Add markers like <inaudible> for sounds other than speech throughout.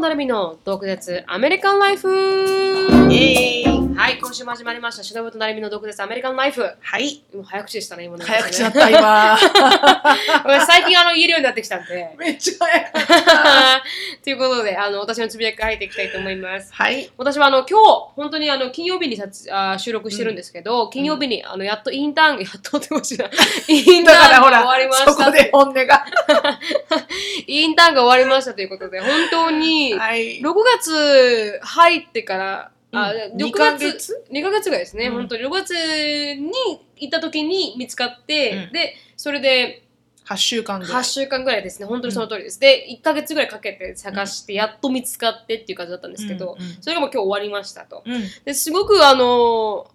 なるみの独舌アメリカンライフイエーイはい、今週も始まりました。しのぶとなるみの独舌アメリカンライフ。はい。もう早口でしたね、今の、ね。早口 <laughs> だった、今。私最近あの言えるようになってきたん <laughs> で。 <laughs> めっちゃ早い。ということで、あの、私のつぶやき入っていきたいと思います。はい。私はあの、今日、本当にあの、金曜日にさつあー収録してるんですけど、金曜日にあの、やっとインターン、やっとってほしいな。インタ <laughs> だかーンらが終ほわりらま、そしたこって。で本音が。インターンが終わりましたということで、本当 <laughs> に、はい。 6月入ってから、あうん6二ヶ月月、 2ヶ月ぐらいですね、うん本当に。6月に行った時に見つかって、うんで、それで8週間ぐら8い。週間ぐらいですね、本当にその通りです。で、1ヶ月ぐらいかけて探して、やっと見つかってっていう感じだったんですけど、それがもう今日終わりましたと。うん。うん。ですごくあのー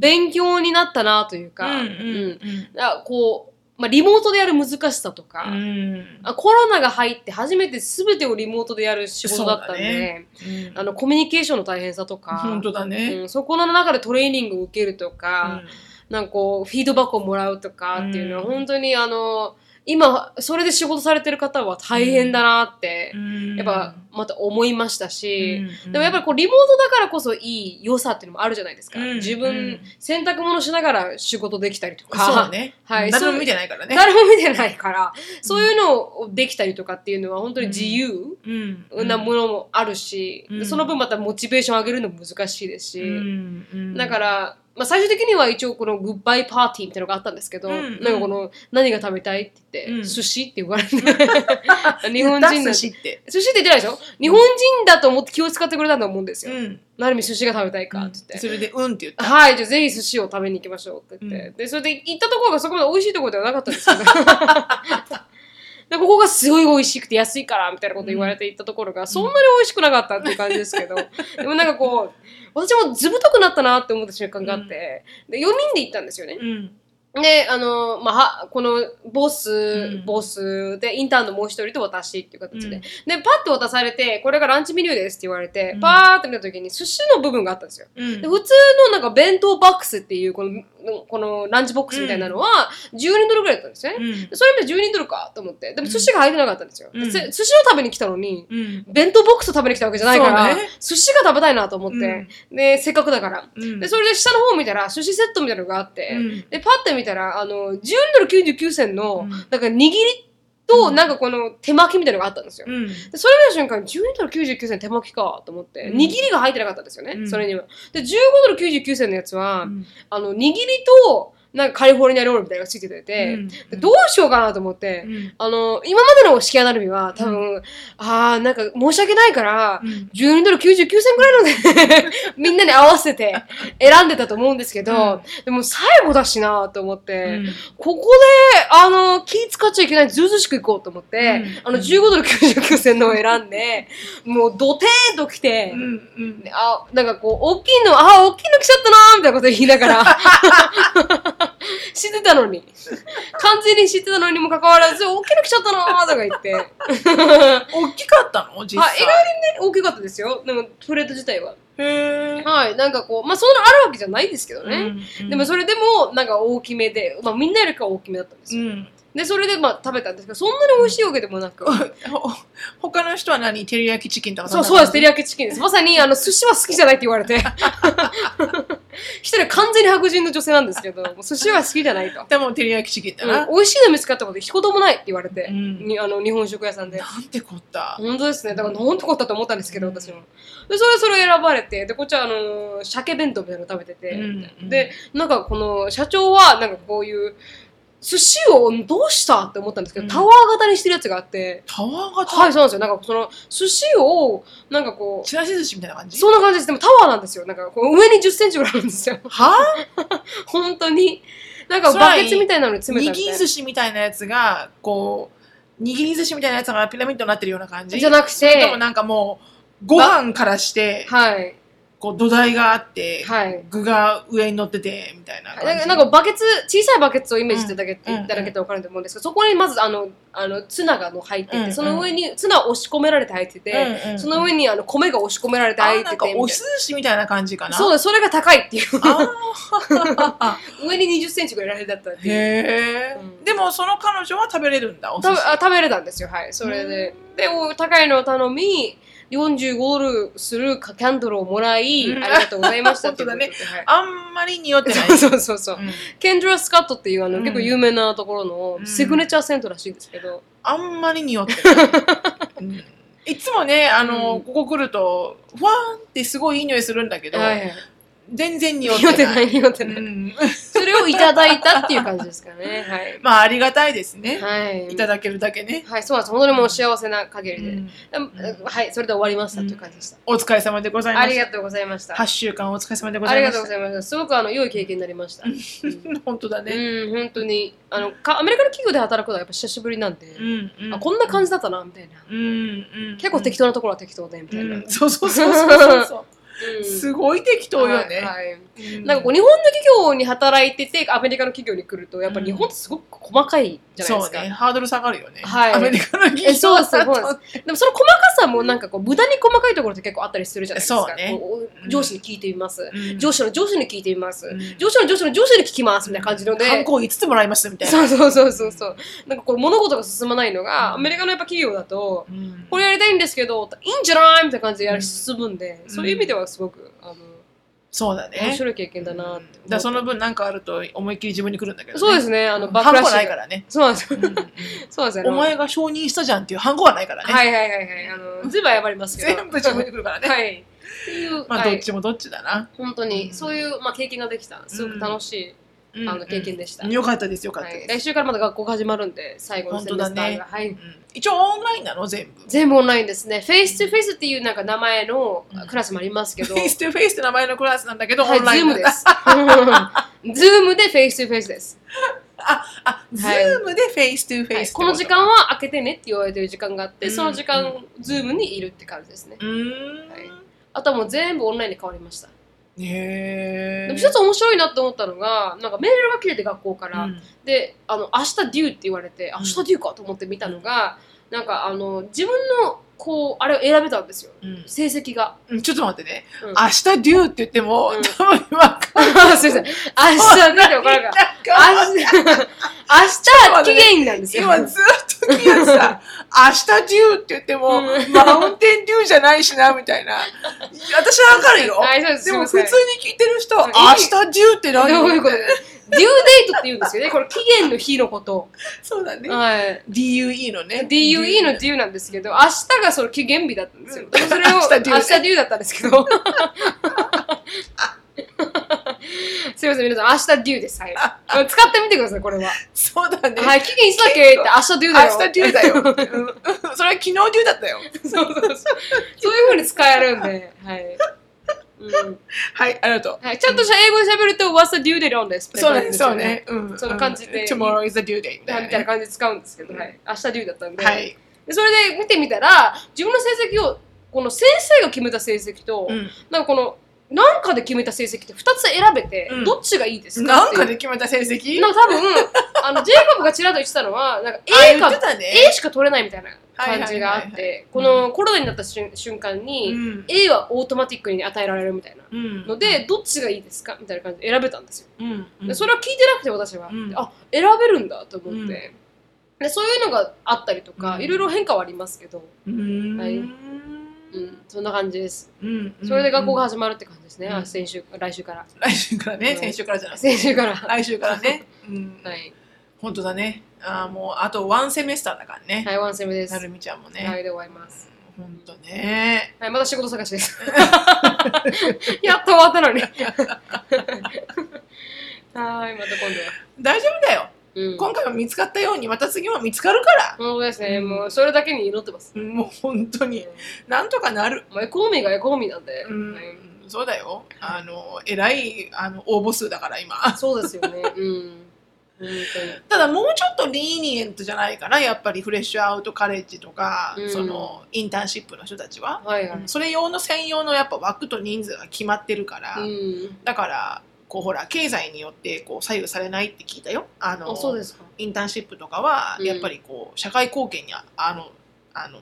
勉強になったなというか、うんうんあこう、まあ、リモートでやる難しさとか、うん。うん。あコロナが入って初めて全てをリモートでやる仕事だったんで、そうだねうんあのコミュニケーションの大変さとか、本当だね。うん、そこの中でトレーニングを受けるとか、なんかこうフィードバックをもらうとかっていうのはうん本当にあの今それで仕事されてる方は大変だなって、やっぱまた思いましたし。でもやっぱりこうリモートだからこそいい良さっていうのもあるじゃないですか。うん自う分ん、洗濯物しながら仕事できたりとうか、そうね。はい誰も見てないから <laughs> ね。誰も見てないから、そういうのをできたりとかっていうのは本当に自由うんなものもあるし、うんでその分またモチベーション上げるのも難しいですし、うんうんだから、まあ、最終的には一応このグッバイパーティーみたいなのがあったんですけど、うんなんかこの何が食べたいって言って、うん寿司って言われ <laughs> て日本人だ言っ寿た司寿司って。って言ってないでしょ日本人だと思って気を使ってくれたと思うんですよ。うん。なるみ寿司が食べたいかって言って。それで、うんって言った。はい、じゃあぜひ寿司を食べに行きましょうって言って。うで、それで行ったところがそこまで美味しいところではなかったんですけど。 <laughs> で、ここがすごい美味しくて安いからみたいなこと言われて行ったところが、そんなに美味しくなかったっていう感じですけ <laughs> ど。でもなんかこう、私もずぶとくなったなって思った瞬間があって、で、4人で行ったんですよね。うん。で、あの、まあ、はこのボス、うんボスで、インターンのもう一人と私っていう形で。うんで、パッと渡されて、これがランチメニューですって言われてう、んパーって見た時に寿司の部分があったんですよ。うんで普通のなんか弁当ボックスっていうこのこのランチボックスみたいなのは12ドルぐらいだったんですよね。うんでそれ見て12ドルかと思って。でも寿司が入ってなかったんですよ。うでんせ寿司を食べに来たのに、うん。弁当ボックスを食べに来たわけじゃないから、そうね寿司が食べたいなと思って、で、せっかくだから。うん。で、それで下の方を見たら、寿司セットみたいなのがあって、うんで、パッて見たら、あの、12ドル99銭うのん、なんか握りと、なんかこの手巻きみたいなのがあったんですよ。うん。でそれ見た瞬間に12ドル99銭手巻きかと思って、うん握りが入ってなかったんですよね、うんそれには。で、15ドル99銭のやつは、うんあの、握りと、なんかカリフォルニアロールみたいなのがついてて、でどうしようかなと思って、うんあの、今までの式アナルミは多分、あー、なんか申し訳ないから、うん12ドル99銭ぐらいので、 <laughs> みんなに合わせて選んでたと思うんですけど、うんでも最後だしなと思って、うんここで、あの、気使っちゃいけない、ずうずうしく行こうと思って、うんあの、15ドル99銭のを選んで、もう、ドテーンと来て、うんうんであ、なんかこう、大きいの、あ、大きいの来ちゃったなーみたいなこと言いながら、 <laughs> 知ってたのに。完全に知ってたのにもかかわらず、大きいの来ちゃったなーとか言って。大きかったの実あ、際意。外にね、大きかったですよ。でも、プレート自体は。へはい、なんかこう、まあ、そんなあるわけじゃないですけどーね。うんでも、それでも、なんか大きめで、まあ、みんなよりかは大きめだったんですよ。うん。で、それでまあ食べたんですけど、そんなに美味しいわけでもなく。ほ他の人は何照り焼きチキンとかそう、そうです。照り焼焼きチキンです。まさに、あの、寿司は好きじゃないって言 <laughs> われて。一人完全に白人の女性なんですけど、もう寿司は好きじゃないとき。。でも照り焼きチキンだな。うん美味しいの見つかったこと一言もないって言われて、うんにあの日本食屋さんで。なんてこった。本当ですね。だから、本当こったと思ったんですけど、うん私も。で、それ、それ選ばれて、で、こっちは、あのー鮭弁当みたいなの食べてて、うんで、なんかこの社長は、なんかこういう、寿司をどうしたって思ったんですけど、うんタワー型にしてるやつがあって、タワー型はい、そうなんですよ。なんかその、寿司を、なんかこう、ちらし寿司みたいな感じそんな感じです。でもタワーなんですよ。なんかこう上に10センチぐらいあるんですよ。 <laughs> は本当に。なんかバケツみたいなのに詰めた握みたいなり寿司みたいなやつが、こう、握り寿司みたいなやつがピラミッドになってるような感じじゃなくでもて、なんかもう、ご飯からして、はい。こう土台があって、はい具が上に乗ってて、みたいな感じ。なんかなんかバケツ、小さいバケツをイメージしていただけ,、いただけてわかると思うんですけど、そこにまずあの、あの、ツナがの入ってて、うんうんその上にツナを押し込められて入ってて、うんうんその上にあの米が押し込められてあ入ーってなてんかみたいなお寿司みたいな感じかな。そううだ、それが高いっていう。あ上に20センチぐらいられだったっ <laughs> ーていう。へえ、うんでもその彼女は食べれるんだ、お寿食べ司。あ食べれたんですよはいそれで、でお高いのを頼み45ドルするかキャンドルをもらい、うんありがとうございました本当だ <laughs> ねということではいあんまり匂ってない。そうそうそう。うんケンドラ・スカットっていうあの、うん結構有名なところのうんシグネチャーセントらしいんですけど、あんまり匂って <laughs> ない。うんいつもね、あの、うんここ来ると、ふわーんってすごいいい匂いするんだけど、はいはい全然匂っ匂っててない。ない匂ってない、うんそれをいただいたっていう感じですかねはい、まあ、ありがたいですね。はい、いただけるだけね。はいそうなんです本当にもう幸せな限りで、うんでもはいそれで終わりましたという感じでした、お疲れ様でございまありし。がとうございましたた8週間お疲れ様でごあざりいがまとうごしざいましたすごくあの良い経験になりました、うんた。本当だね。うん、本当にあのかアメリカの企業で働くのはやっぱ久しぶりなんで、うんうんあこんな感じだったなみたいな、うんうん結構適当なところは適当でみたいな、うんそうそうそうそうそう。うんすごい適当よね。はいはいうんなんかこう日本の企業に働いててアメリカの企業に来るとやっぱ日本ってすごく細かいじゃないでそうすか、ね、ハードル下がるよね。はいアメリカの企業えそうですそうだとでもその細かさもなんかこう無駄に細かいところって結構あったりするじゃないですかそうねこうん上司に聞いてみます、うん上司の上司に聞いてみます、うん上司の上司の上司に聞きますみたいな感じので、観光5つもらいましたみたいな。そうそうそうそうそうなんかこう物事が進まないのが、うんアメリカのやっぱ企業だとうんこれやりたいんですけどいいんじゃないみたいな感じでやる進むんで、うんそういう意味ではすごくあのそうだね。面白い経験だなって思ってだからその分なんかあると思いっきり自分に来るんだけど、ね。そうですねあのバック反ラッ抗シないュかがらね。そうなんですようそうんなんですよ <laughs> おあの前が承認したじゃんっていう反抗はないからね。はいはいはいはい。あの、全部謝りますけど。全部自分に来るからね。はい。っていう、まあはどっい、ちもどっちだな。本当に、うんそういう、まあ、経験ができた。すごく楽しい、うんあの、経験でした。うんよかったですよかったはい、で来す。週からまだ学校が始まるんで、最後の本セ当ミだスターねが。はい。うん一応オンラインなの全部。全部オンラインですね。フェイストゥフェイスっていうなんか名前のクラスもありますけフど、ェイスとフェイスって名前のクラスなんだけど、はオンラい、イズーンなムんでだ <laughs> す。ズームでフェイストゥフェイスです。あ、ズームでフェイスとフェイスってはいとこの時間は開けてねって言われてる時間があって、その時う間、ズームにいるって感じですねう。ーん。はいあとはもう全部オンラインに変わりました。へでも一つ面白いなと思ったのがなんかメールが来てて学校から、うんであの明日デューって言われて明日デューかと思って見たのが、なんかあの自分のこうあれを選べたんですようん成績 <laughs> が、うんちょっと待ってね。うん明日デューって言っても、うん多分わかんすいません明日なんて分からんからない。明日明日期限なんですよ今ずっと聞いてさ、明日デューって言っても、うんマウンテンデューじゃないしな、みたいな。私はわかるよ。はいそうですでも普すい通にません聞いてる人、う明ん日デューって何どういうことですデューデートって言うんです <laughs> よねこれ期限の日のこと、そうだね。はい、 DUE のね。 DUE の DU なんですけど明日がその期限日だったんですよ。でもそれを明明日 DU ね日 DU だったんですけど。 <laughs> すみません、皆さん、明日 DU です。はい。使ってみてください、これは。そうだね。はい、期限いつだっけって明日 DU だよ。明日デューだよ。うんそれは昨日デューだったよ。 <laughs> そうそうそう。そういうふうに使えるんで、はい。うんはい、ありがとう。はい、ちゃんとした英語で喋ると、What's the due date on this? そうね、そうね。。その感じでうん Tomorrow is the due day みみたたいないな。感じで使うんですけど、はい、明日 due だったんで、はい。でそれで見てみたら、自分の成績を、この先生が決めた成績と、うんなんかこの、なんかで決めた成績って2つ選べて、うんどっちがいいですかなっんていう。かで決めた成績なんか多 <laughs> 分、あの、ジェイコブがちらっと言ってたのは、なんかあ A 言っかて、たね。 A しか取れないみたいな感じがあはいっはいはいて、このコロナになった瞬瞬間に、うん A はオートマティックに与えられるみたいな。うんので、どっちがいいですかみたいな感じで選べたんですよ。うんでそれは聞いてなくて私は、うんあ選べるんだと思って、うんでそういうのがあったりとか、うんいろいろ変化はありますけど、うんはいううん、そんな感じです、んそれで学校が始まるって感じですね、うんあ先週来週から来週からうねん先週からじゃなくて先週からは来週からねうんい本当だねあーもうあとワンセメスターだからね台湾攻めですなるみちゃんもはねいで終わります本当ねはいまだ仕事探しです <laughs> やっと終わったのに <laughs> はーいまた今度は大丈夫だようん今回も見つかったようにまた次も見つかるから本当ですね、うんもうそれだけに祈ってます、うんもう本当にうなんとかなるんまあ、エコノミーがエコノミーなんで、うはいんそうだよあの偉いあの応募数だから今そうですよねうん本当にただもうちょっとリーニエントじゃないかなやっぱりフレッシュアウトカレッジとか、うんそのインターンシップの人たちは、はいはい、それ用の専用のやっぱ枠と人数が決まってるから、うん、だからこうほら経済によってこう左右されないって聞いたよあのあそうですかインターンシップとかはうんやっぱりこう社会貢献にああのあの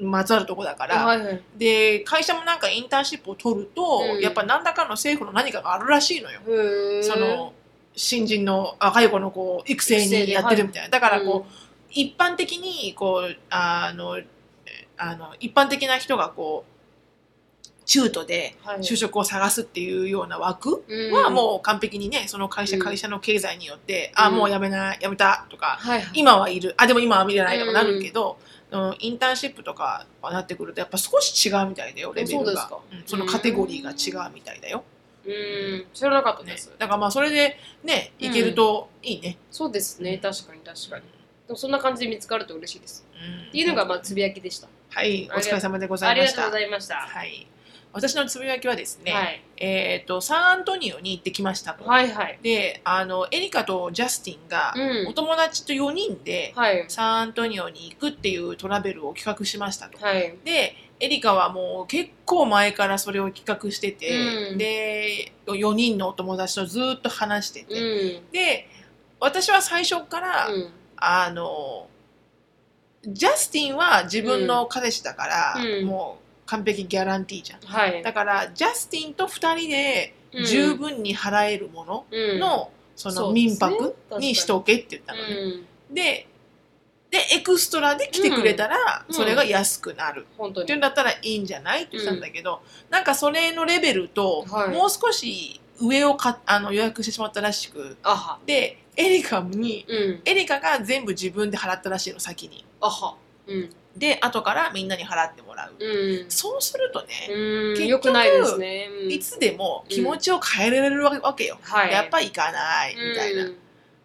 まつわるとこだから、はいはいで会社もなんかインターンシップを取ると、うんやっぱ何らかの政府の何かがあるらしいのよ。へーその新人の若い子のこう育成にやってるみたいな、だからこう、一般的にこうあのえあの一般的な人がこう中途ではい就職を探すっていうような枠うんはもう完璧にねその会社、うん会社の経済によって、うんあもう辞めない辞めたとか、はいはい今はいるあでも今は見れないとかなるけど、うんインターンシップとかはなってくるとやっぱ少し違うみたいだよレベルそうでがすかうんそのカテゴリーが違うみたいだうよ、ん知らなかったねです、だからまあそれでねいけるといいね、そうですね確かに確かにでもそんな感じで見つかると嬉しいですうんっていうのがまあつぶやきでしたはいお疲れ様でござあいりまがしとうたございました、はい、私のつぶやきはですね、はい、えっ、と、サンアントニオに行ってきましたと。はいはいで、あの、エリカとジャスティンがう、おん友達と4人で、はいサンアントニオに行くっていうトラベルを企画しましたと。はいで、エリカはもう結構前からそれを企画してて、うんで、4人のお友達とずっと話してうて、んで、私は最初から、うんあの、ジャスティンは自分の彼氏だから、うんもう完璧ギャランティーじゃん。はいだから、ジャスティンと2人で、うん十分に払えるものうんの、そそのうで民すね泊にしとけって言ったのね。うんで、で、エクストラで来てくれたら、うんそれが安くなる。本当っていにうんだったらいいんじゃないって言ったんだけど、なんかそれのレベルと、はいもう少し上をかあの予約してしまったらしく、あはで、エリカに、うんエリカが全部自分で払ったらしいの、先に。あはうんで、後からみんなに払ってもらう。うんそうするとね、うん局よくないですねうんいつでも気持ちを変えられるわけよ。はいやっぱ行かない、みたいなう。ん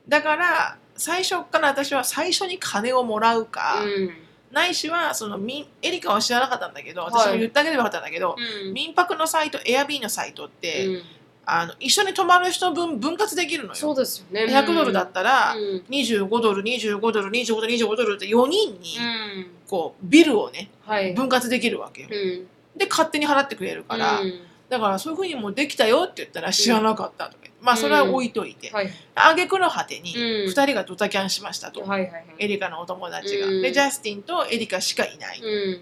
だから最初から私は最初に金をもらうか、うんないしはそのみエリカは知らなかったんだけどはい私も言ってあげればよかったんだけど、うん民泊のサイト Airb のサイトって、うんあの一緒に泊まる人分分割できるのそよ。うですよね100ドルだったら、うん25ドル25ドル25ドル25ドルって4人にうんこうビルをねはい分割できるわけよ。うんで勝手に払ってくれるから、うんだからそういうふうにもうできたよって言ったら知らなかったとか言って、まあそれは置いといて、はい挙句の果てにうん2人がドタキャンしましたと。はいはいはいエリカのお友達が、うんでジャスティンとエリカしかいない、う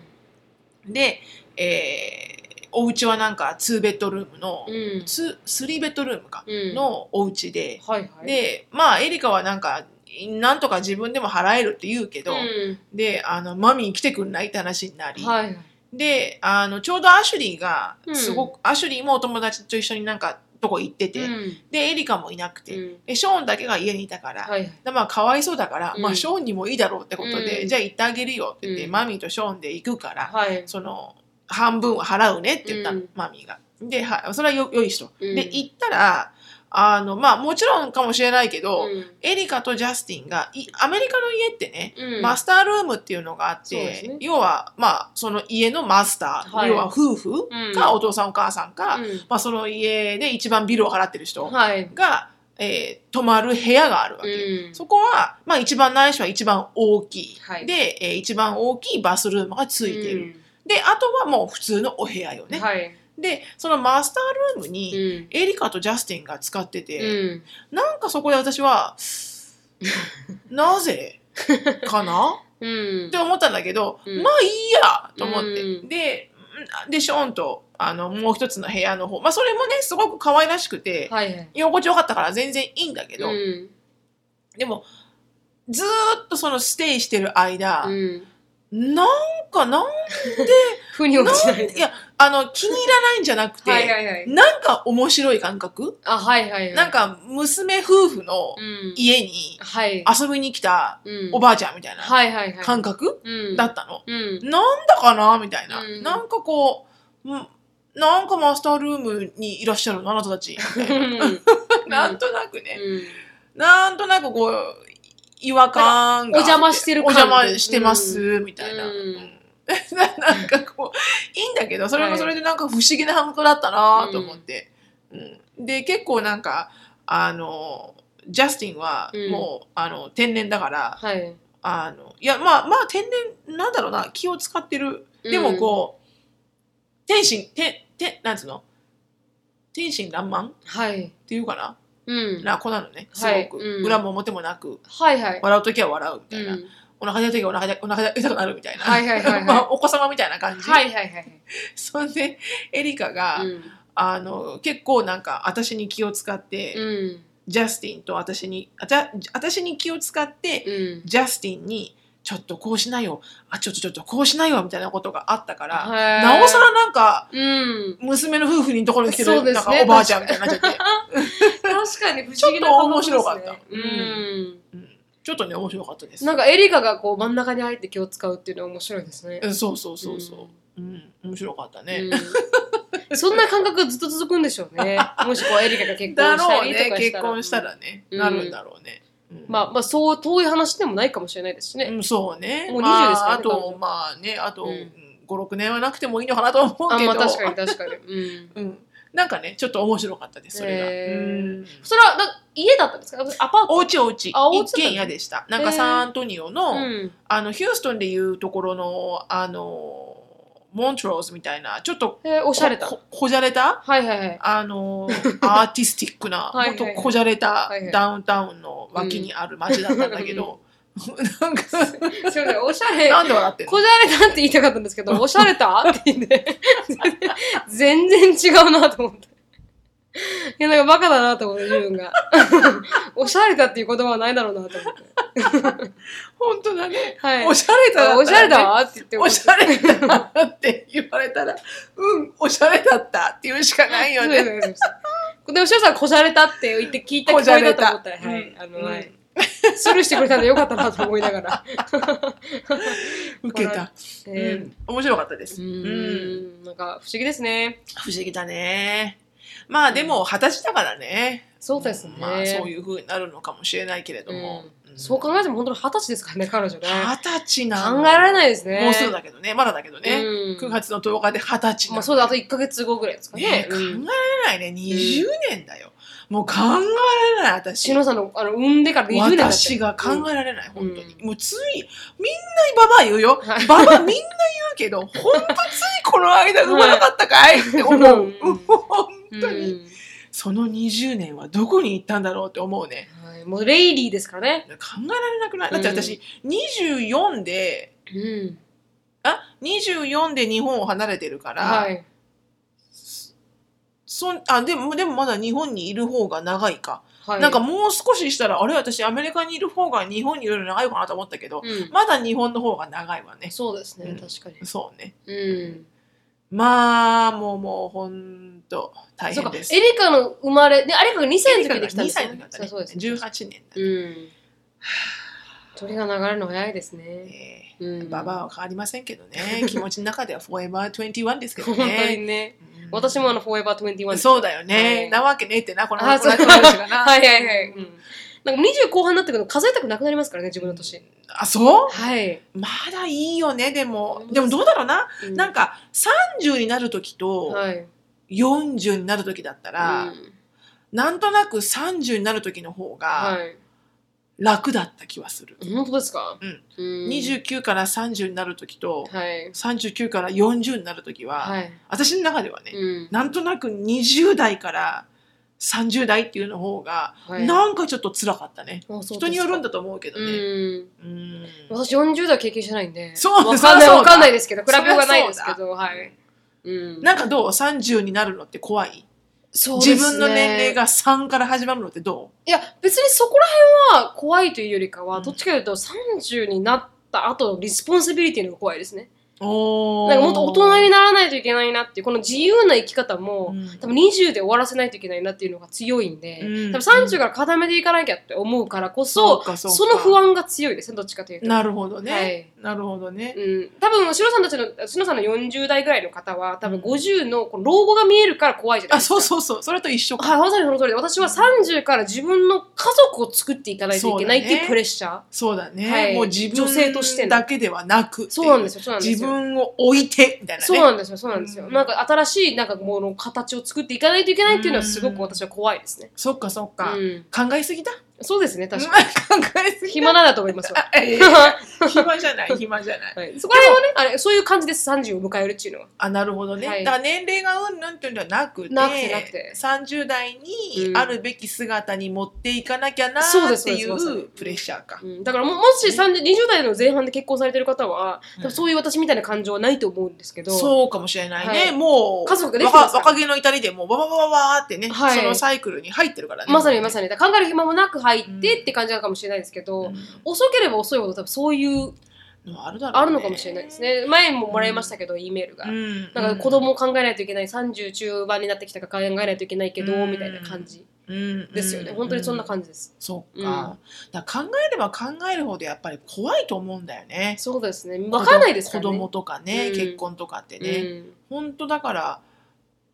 んで、えー、お家はなんか2ベッドルームの、うんツー3ベッドルームか、うんのお家で、はいはいでまあエリカはなんかなんとか自分でも払えるって言うけど、うんであのマミー来てくんないって話になり、はいはいであのちょうどアシュリーがうんすごく、アシュリーもお友達と一緒になんかとこ行ってて、うんでエリカもいなくて、うんでショーンだけが家にいたから、はいはいでまあ、かわいそうだから、うんまあ、ショーンにもいいだろうってことで、うんじゃあ行ってあげるよって言って、うんマミーとショーンで行くから、はいその、半分は払うねって言ったの、うんマミーが。で、はそれはよ、よいしと。うんで、行ったら、あの、まあ、もちろんかもしれないけど、うんエリカとジャスティンが、いアメリカの家ってね、うんマスタールームっていうのがあっそうでて、すね要は、まあ、その家のマスター、はい要は夫婦か、お父さんお母さんか、うんまあ、その家で一番ビルを払ってる人はいが、えー泊まる部屋があるわけ。うんそこは、まあ一番ないしは一番大きい。はいで、えー一番大きいバスルームがついてる。で、あとはもう普通のお部屋ようんね。はいで、そのマスタールームに、うんエリカとジャスティンが使ってて、うんなんかそこで <laughs> 私は、なぜ <laughs> かなうんって思ったんだけど、うんまあいいやと思って。うんで、うんで、ショーンと、あの、もう一つの部屋の方。まあそれもね、すごく可愛らしくて、はいはい居心地よかったから全然いいんだけど、うんでも、ずーっとそのステイしてる間、うんなんか、なん、腑になん落ちないいや、あの、気に入らないんじゃなく <laughs> て、はいはいはいなんか面白い感覚、あはいはいはいなんか、娘夫婦のうん家にはい遊びに来たうんおばあちゃんみたいなはいはいはい感覚うんだったの。うんなんだかなみたいな。うんなんかこう、うんなんかマスタールームにいらっしゃるのあなたたち。みたいななんとなくね。なんとなくこう、違和感があって。お邪魔してるお感邪魔してます、みたいな。うんうん <laughs> なんかこう、いいんだけど、それもそれでなんか不思議な反応だったなと思って、うんで、結構なんか、あの、ジャスティンはうんもう、あの、天然だから、はいあの、いや、まあまあ天然、なんだろうな、気を使ってる。 <laughs> でもこう、天心、天、天、なんつうの天心爛漫っはいていうかな、うんな子なのね、すはいごく。うん裏も表もなく。はいはい笑うときは笑うみたういな、んお腹痛いときはお腹痛いお腹痛くなるみたいな、はいはいはいはい <laughs> まあ、お子様みたいな感じ、はいはいはいそんでエリカが、はいうんあの結構なんか私に気を使って、うんジャスティンと私にあた私に気を使って、うんジャスティンにちょっとこうしないよあちょっとちょっとこうしないよみたいなことがあったから、はいなおさらなんかうん。娘の夫婦にところに来てる、そうですねなんかおばあちゃんみたいになっちゃって、確かに不思議な感覚ですねちょっと面白かったうん。うんちょっとね面白かったです。なんかエリカがこう真ん中に入って気を使うっていうのは面白いですね。うんそうそうそうそう、うん、面白かったね。うんそんな感覚がずっと続くんでしょう <laughs> ね。もしこうエリカが結だ婚したろうりねとかした結ら。婚した。らね、うんなるんだろうね、うんまあ、まあ、そう遠い話でもないかもしれないですしね。うんそうねもうま20ですあ、からねあ彼と女まあねあと、うん56年はなくてもいいのかなとは思うあけんどま確かに確かに。うん。うん、なんかねちょっと面白かったですそれが、へーうんそれはな家だったんですかアパートお家お家あお家だっ一たの軒家でしたなんかサンアントニオの,、うんあのヒューストンでいうところのあのモントローズみたいなちょっとえーおしゃれた。ここじゃれたはいはいはい。<laughs> あのアーティスティックなはいはいほんとこじゃれたはいはいダウンタウンの脇にある街だったんだけど、なんかすみません、おしゃれ。なんで笑ってんのこじゃれたって言いたかったんですけど、おしゃれたって言って、全然違うなと思って。いや、なんかバカだなと思って、自 <laughs> 分が。おしゃれたっていう言葉はないだろうなと思って。本当だね、はい。おしゃれただったらねおしゃれだわって言っておしゃれだなって言われたらうんおしゃれだったって言うしかないよそうでねすそうですで、おしゃれさん、こじゃれたって言って聞いた聞ここじゃえだれとた思ったら、はい。あの、はうい。スルーしてくれたんでよかったなと思いながら。受けた、 <laughs> うえん、面白かったです、ーううんん。なんか、不思議ですね。不思議だねまあでも二十歳だからねそうですね。まあ、そういうふうになるのかもしれないけれども、んそう考えても本当に二十歳ですからね、彼女ね。二十歳なの考えられないですね。もうすぐだけどねまだだけどね、うん9月の10日で二十歳なのまあそうだ、あと1ヶ月後ぐらいですかねね。え考うえんられないね20年だよ、もう考えられない私しのさんの、あの、産んでから20年経ってる私が考えられない、うん本当に。もうつい、みんなババア言うよ。はいババアみんな言うけど、本当ついこの間生まなかったかいって思う。うん本当うに、んその20年はどこに行ったんだろうって思うね。はいもうレイリーですからね。考えられなくないだって私、24で、うん。あ、24で日本を離れてるから、はい。そんあでも、でもまだ日本にいる方が長いか。はい。なんか、もう少ししたら、あれ私アメリカにいる方が日本にいるより長いかなと思ったけど、うん。まだ日本の方が長いわね。そうですうね、ん確かに。そうね。うん。まあ、もうもう、ほんと、大そう変か、です。エリカの生まれ、ね、エリカが2歳の時にできたん2です歳よのね時だっ。たそうね。そうです。 18年だ、うん。鳥が流れるの早いですね。ね。うん。ババアは変わりませんけどね。気持ちの中ではフォーエバー21ですけど本当ね。にね。うん私もあの、フォーエバー21。そうだよはねい。なわけねえってな、このあ話そうこの話がな。 <laughs> はいはいはい。うんなんか20後半になってくると数えたくなくなりますからね、自分の年。あ、そうはい。まだいいよね、でもう。んでもどうだろうな。うなん、か、30になる時とはい。 40になる時だったうら、んなんとなく30になる時の方がはい。楽だった気はする。本当ですかうん。うん。 29から30になる時と、はい。 39から40になるときは、はい。私の中ではね、うん。なんとなく20代から30代っていうの方が、はいなんかちょっと辛かったね。人によるんだだと思うけどうね。ん。うん私40代経験してないんで。そうわかんそりゃなそうい、だわかんないですけど、比べようがないですけそど、はい。うん。なんかどう ?30 になるのって怖い、そうです自ね分の年齢。が3から始まるのってどいや、別にそこら辺は怖いというよりかは、どっちかというと30になった後のリスポンシビリティの方が怖いですね。うおなんかもっと大人になならないといけないなっていう、この自由な生き方も、多分20で終わらせないといけないなっていうのが強いんで、うん多分30から固めていかなきゃって思うからこそ、かそかの不安が強いですねどっちかというと。なるほどね。はいなるほどね。うん、多分、しのさんたちの、しのさんの40代ぐらいの方は、多分50のこの老後が見えるから怖いじゃないあ、ですか。そうそうそう。それと一緒か。はい、まさにその通りで、私は30から自分の家族を作っていかないといけないってそうだいうねプレッシャー。そうだね。はいもう自分女性としてのだけではなくっていそうなんですよ、そうなんですよ。自分を置いてみたいなね。そうなんですよ、そうなんですよ。うんなんか新しい、なんかもの、形を作っていかないといけないっていうのは、すごく私は怖いですね。そっかそっうか。ん。考えすぎだ。そうですね、確かうん考えすに。ぎ暇なんだと思い <laughs> ますわ。だ。いやいやいや暇じ <laughs> ゃない、暇じゃない。はい、そこら辺はねあれ、そういう感じです、30を迎えるっていうのは。あ、なるほどね。はいだから年齢がうんぬんっていうのではなくて、なくてなくて30代にうんあるべき姿に持っていかなきゃなそうでーっすていそうですそうでうすプレッシャーかう。ん、だからももし30 20代の前半で結婚されてる方は、多分そういう私みたいな感情はないと思うんですけど、そうかもしれないね。はいもう、家族ができてま若すから若気の至りでもう、バババババーってね、はいそのサイクルに入ってるからね。まさにまに。さにだから考える暇もなく入うんってって感じなのかもしれないですけど、うん遅ければ遅いほど多分そういうのはあるだろう、ね、あるのかもしれないですね前ももらいましたけど、E メールが、うん、なんか子供を考えないといけない30中盤になってきたから考えないといけないけど、うんみたいな感じうんですよね、本当にそんなじ。感じです、そっうんか。だから考えれば考えるほどやっぱり怖いと思うんだよね。そうですねわからないですからね子供とかね、うん結婚とかってね。うん本当だから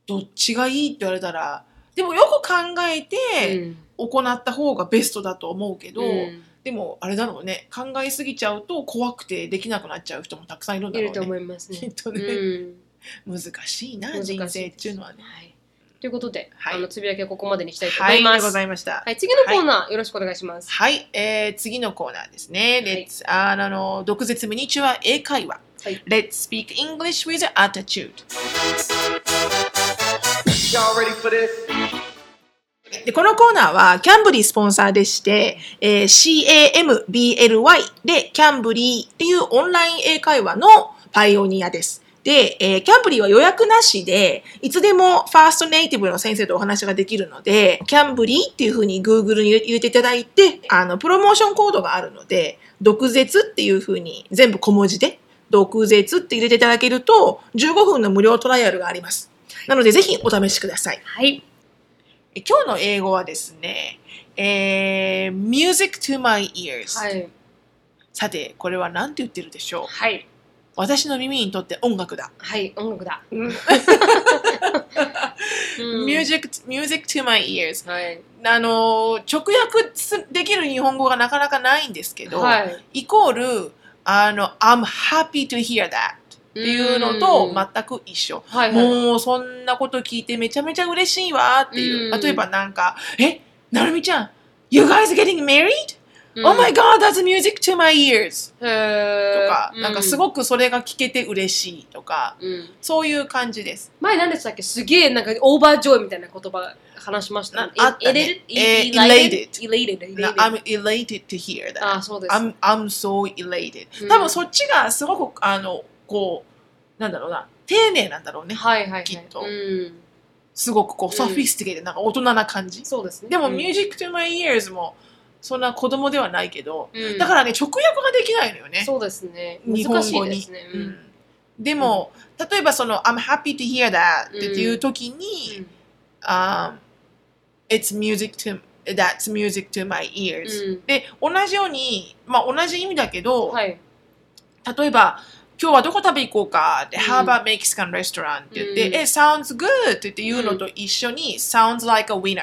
どっちがいいって言われたらでもよく考えてうん行った方がベストだと思うけど、うんでもあれだろうね考えすぎちゃうと怖くてできなくなっちゃう人もたくさんいるんだいろうるね。と思いますきねっとうね、 <laughs> ん難しいな難しい人生っていうのはね。はい、ということで、はいあのつぶやきはここまでにしたいとは思い、あいりがまとうす、ごはいざいました。次のコーナー、よろしくお願いしますはい、えー、次のコーナーですね。はい Let's、あーあの、毒舌ミニチュア英会話。はい Let's speak English with attitude. Y'all ready for this? でこのコーナーはキャンブリースポンサーでして、えー CAMBLY でキャンブリーっていうオンライン英会話のパイオニアです。で、えーキャンブリーは予約なしで、いつでもファーストネイティブの先生とお話ができるので、キャンブリーっていうふうに Google に入れていただいて、あの、プロモーションコードがあるので、毒舌っていうふうに全部小文字で、毒舌って入れていただけると、15分の無料トライアルがあります。なので、ぜひお試しください。はいえ今日の英語はですね、えー music to my ears、はいさて、これは何て言ってるでしょうはい私の耳にとって音楽だ。はい音楽だ、 <laughs> うんうん music, music to my ears。はいあのー、直訳すできる日本語がなかなかないんですけど、はいイコール、あの、I'm happy to hear that っていうのとうん全く一緒。はいはいもうそんなこと聞いてめちゃめちゃ嬉しいわっていう。うん例えばなんか、え、なるみちゃん、You guys getting married? うん Oh my god, that's music to my ears! とへーか、なんかすい、ごくそれが聞けて嬉しいとか、うんそういう感じです。前何でしたっけすげえなんかオーバージョイみたいな言葉話しました、なあったね Elated? えー Elated? Elated? な Elated? I'm elated to hear あ that. あ、そうです。 I'm, I'm so elated. うん多分そっちがすごく、あの、こう、なんだろうな、丁寧なんだろうね。はいはいはい。きっとうん、すごくこう、んソフィスティケで、なんか大人な感じ。そうですね。でも、うん music to my ears も、そんな子供ではないけど、うんだからね、直訳ができないのよね。そうですね。日本難し語いにですね。ううんんでも、例えばその、I'm happy to hear that っていう時に、um, it's music to that's music to my ears、うんで同じようにまあ同じ意味だけど、はい。例えば今日はどこ食べ行こうかって、うん How about Mexican restaurant って言って、うんえ sounds good って言って言うのと一緒に、sounds like a winner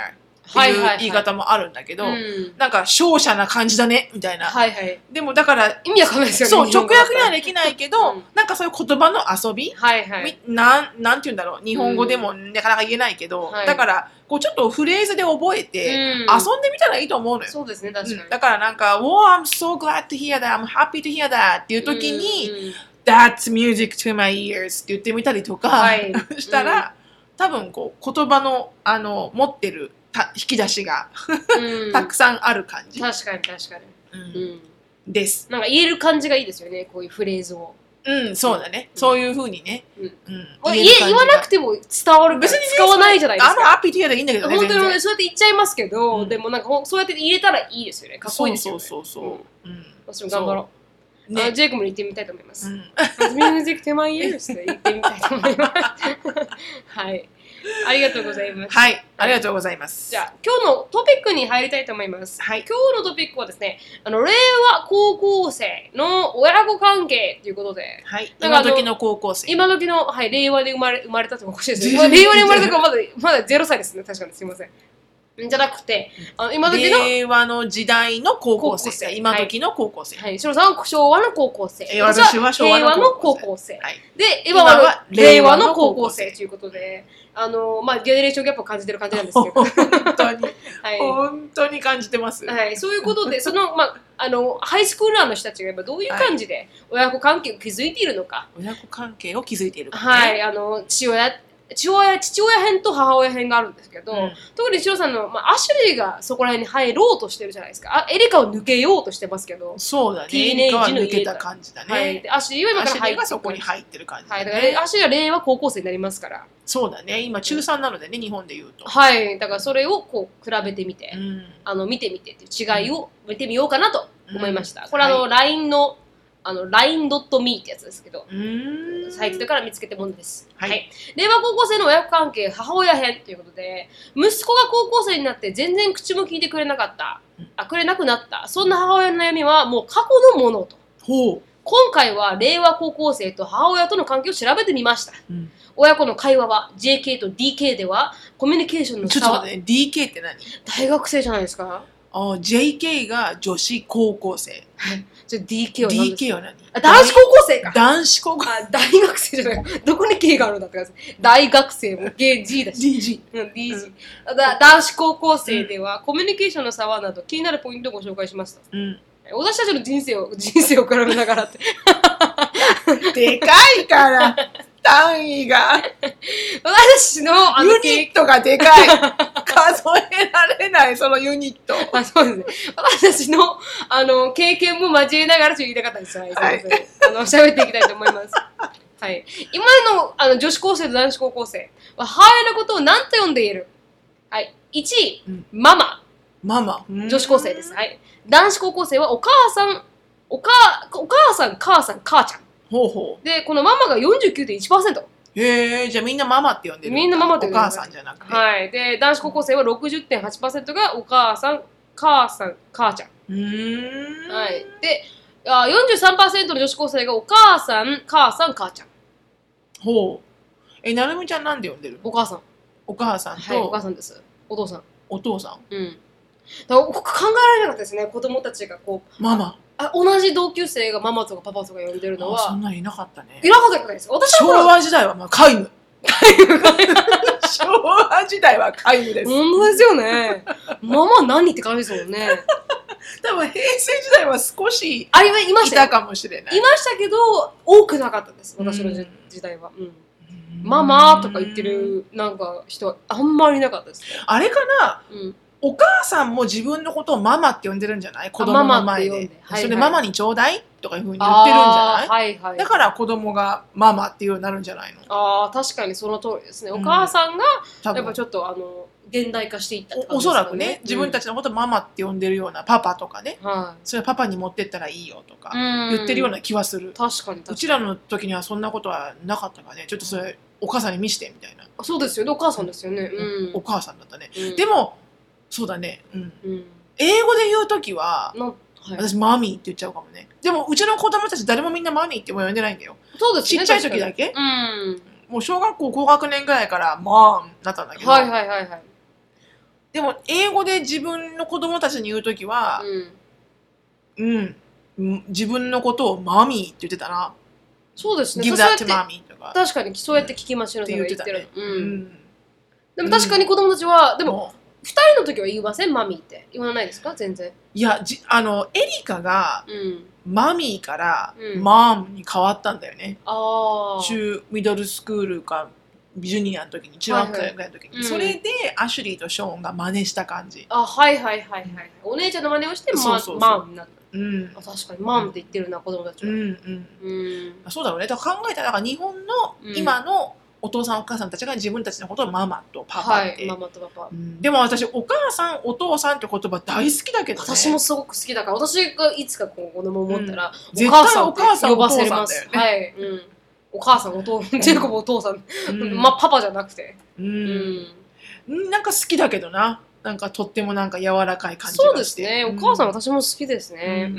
ってはいいはうい。言い方もあるんだけど、うんなんか勝者な感じだねみたいな、はいはい。でもだから意味わかんないですよね。そう日本直語だ訳にはとできないけど、うんなんかそういう言葉の遊びはいはい。みなんなんて言うんだろう日本語でもなかなか言えないけど、はいだからこうちょっとフレーズで覚えて、遊遊んでみたらいいと思うのよ。そうですね、確うんかだに。からなんか、Wow, I'm so glad to hear that, I'm happy to hear that っていう時に、に、 That's music to my ears って言ってみたりとか、は <laughs> い。したら、多分こう言葉のあの持ってるた引き出しがうんたくさんある感じ、確かに確かに。うんうんです。なんか言える感じがいいですよね、こういうフレーズを。うん、そうだね。うんそういうふうにね。うんうん言え言わなくてても伝わるから別にね使わないじゃないですか。あの happy to hear that いいんだけどね。本当に全然ねそうやって言っちゃいますけど、うんでもなんかほんそうやって入れたらいいですよね。かっこいいですよね。そうそうそうそう。うん私も頑張ろう。ねあジェイクも言ってみたいと思いまうす。んミュージック手前イエースで言ってみたいと思い <laughs> ます。はい。ありがとうございます。はい、ありがとうございます。じゃあ、今日のトピックに入りたいと思います。はい今日のトピックはですね、あの令和高校生の親子関係ということで、はい、なんかあ今の時の高校生。今時の、はい、令和で生まれ生まれたっておかしいですね。まあ令和で生まれたからまだまだ0歳ですね、確かにすいません。じゃなくて、あの今時の令和の時代の高校生高校生今時の高校生、はい、シロさんは昭和の高校生。え私は昭和の高校生。はいで、今今はは令令和和のの高高校校生生ということで、あの、まあ、ジェネレーションギャップを感じてる感じなんです <laughs> けど、本当に、は本当に感じてます、い。はい、そういうことで、その、まあ、あの、ハイスクーラーの人たちがやっぱどういう感じで親子関係を築いているのか、親子関係を築いているからはねい、あの、父親、父親、父親編と母親編があるんですけど、うん特にシロさんの、まあ、アシュリーがそこら辺に入ろうとしてるじゃないですか。あエリカを抜けようとしてますけど、そうだねティーネイジの今は抜けた感じだね、はい。でアシュリーは今アかシらュリ入ってくーがるそこに入ってる感じだはい、ね、だから、足が令和高校生になりますから。そうだね今中3なのでね日本で言うと、はい、だからそれをこう比べてみて、うんあの見てみてっていう違いを見てみようかなと思いました。これあの、は LINE のあの、line.me ってやつですけど、うーんサイトから見つけてもんです。はい令和高校生の親子関係母親編ということで、息子が高校生になって全然口も聞いてくれなかった。あ、くれなくなった。そんな母親の悩みはもう過去のものと。ほう。今回は令和高校生と母親との関係を調べてみました。うん親子の会話は JK と DK ではコミュニケーションのちょっ差とは待って、DK って何大学生じゃないですかあ ?JK が女子高校生。じゃあ DK は何ですか DK は何あ男子高校生か男子高校あ大学生じゃないどこに K があるんだって感じ大学生も KG だし DG。うん、d うだ男子高校生では、コミュニケーションの差はなど気になるポイントをご紹介しました。うん。私たちの人生を、 <laughs> 人生を比べながらって。でか <laughs> いから、単位が。私の、あのユ経ニットがでかい。数えられない、そのユニット。あそうですね。私たちの、あの、経験も交えながらちょっと言いたかったです。はい。はいすいませんあの、喋っていきたいと思います。はい。今の、あの、女子高生と男子高校生は、母親のことを何と呼んでいるはい。1位、うんママ、ママ。女女子高生です。。はい。男子高校生は、お母さん、お母、お母さん、母さん、母ちゃん。ほうほで、このママが49.1%。う。へえ、じゃあみんなママって呼んでるだ。みんなママって呼んおでる母さんじゃなくて。はい。で、男子高校生は60.8%がお母さん、母さん、母ちゃん。うーん。はい。で、あ43%の女子高生がお母さん、母さん、母ちゃん。ほう。え、なるみちゃんなんで呼んでるのお母さん。お母さんはい、お母とさんです。お父さん。お父さん。うん。だから考えられなかったですね、子供たちがこう、ママ。あ同じ同級生がママとかパパとか呼んでるのあそはん、なんいなかったねい。なかったじゃないです。私昭はほら、和時代はまあ皆無。 <laughs> 昭和時代は皆無です。本当ですよね。ママ何って感じですもんね。多分平成時代は少しあ、いいまいしたたよ。かもしれないい。ましたけど、多くなかったです、私のう時ん時代は。うん。ママとか言って。るなんか人はあんまりいなかったですね。あれかなうん、お母さんも自分のことをママって呼んでるんじゃない子供マのマっ前てで。呼んではいはいそれでママにちょうだいとかいうふうに言ってるんじゃない、あーはいはい。だから子供がママっていうようになるんじゃないのああ確かにその通りですね。うおん母さんが多やっぱ分ちょっとあの現代化していったってお感おじでそすらかくね。ね、自分たち、ちのことママって呼んでるようなパパとかね、はいそれはパパに持ってったらいいよとか、うん言ってるような気はする。確かに確かうにちらの時にはそんなことはなかったからね、ちょっとそれお母さんに見してみたいな。あそうですよねお母さんですよね。うん。お母さんだったね。うんで、も、そうだね、うん。うん、英語で言う時は、なんはい、私マミーって言っちゃうかもね。でも、うちの子供たち誰もみんなマミーっても呼んでないんだよ。そうですちね。っちゃい時だけ。けうん。もう小学校高学年ぐらいから、マーンだったんだけど。はいはいはいはい。でも、英語で自分の子供たちに言う時は、うん。うん、うん自分のことをマミーって言ってたな。そうですね。 Give そうやっ that て to mommy とか。確かにそうやって聞きましょうってね。言って言ったてるね。の。ううん。んでも確かに子供たちは、ででもも、二人の時は言いませんマミーって言わないですか全然いや、じあの、エリカがうんマミーからうんマームに変わったんだよね。ああ中、ミドルスクールか、ジュニアの時に、中学生ぐらいの時に。はいはいうんそれで、アシュリーとショーンが真似した感じ。あはいはいはいはいお姉ちゃんの真似をしてマそうそうそうマンになっうんた。あ確かにマンって言ってるな子供たちうはんう。うんんそうだろうね。だから考えたら、だから日本のうん今のお父さんお母さんたちが自分たちのことをママとパパはっていママとパパうんでも私お母さんお父さんって言葉大好きだけどね私もすごく好きだから私がいつかこう子供を持ったらお絶対母さんおって母さん呼おば父せれさんまだすよね、はいうんお母さんお父さんジェイコブお父さんうんまあパパじゃなくてううんんなんか好きだけどななんかとってもなんか柔らかい感じがしてそうですね。お母さん、う私も好きですね。う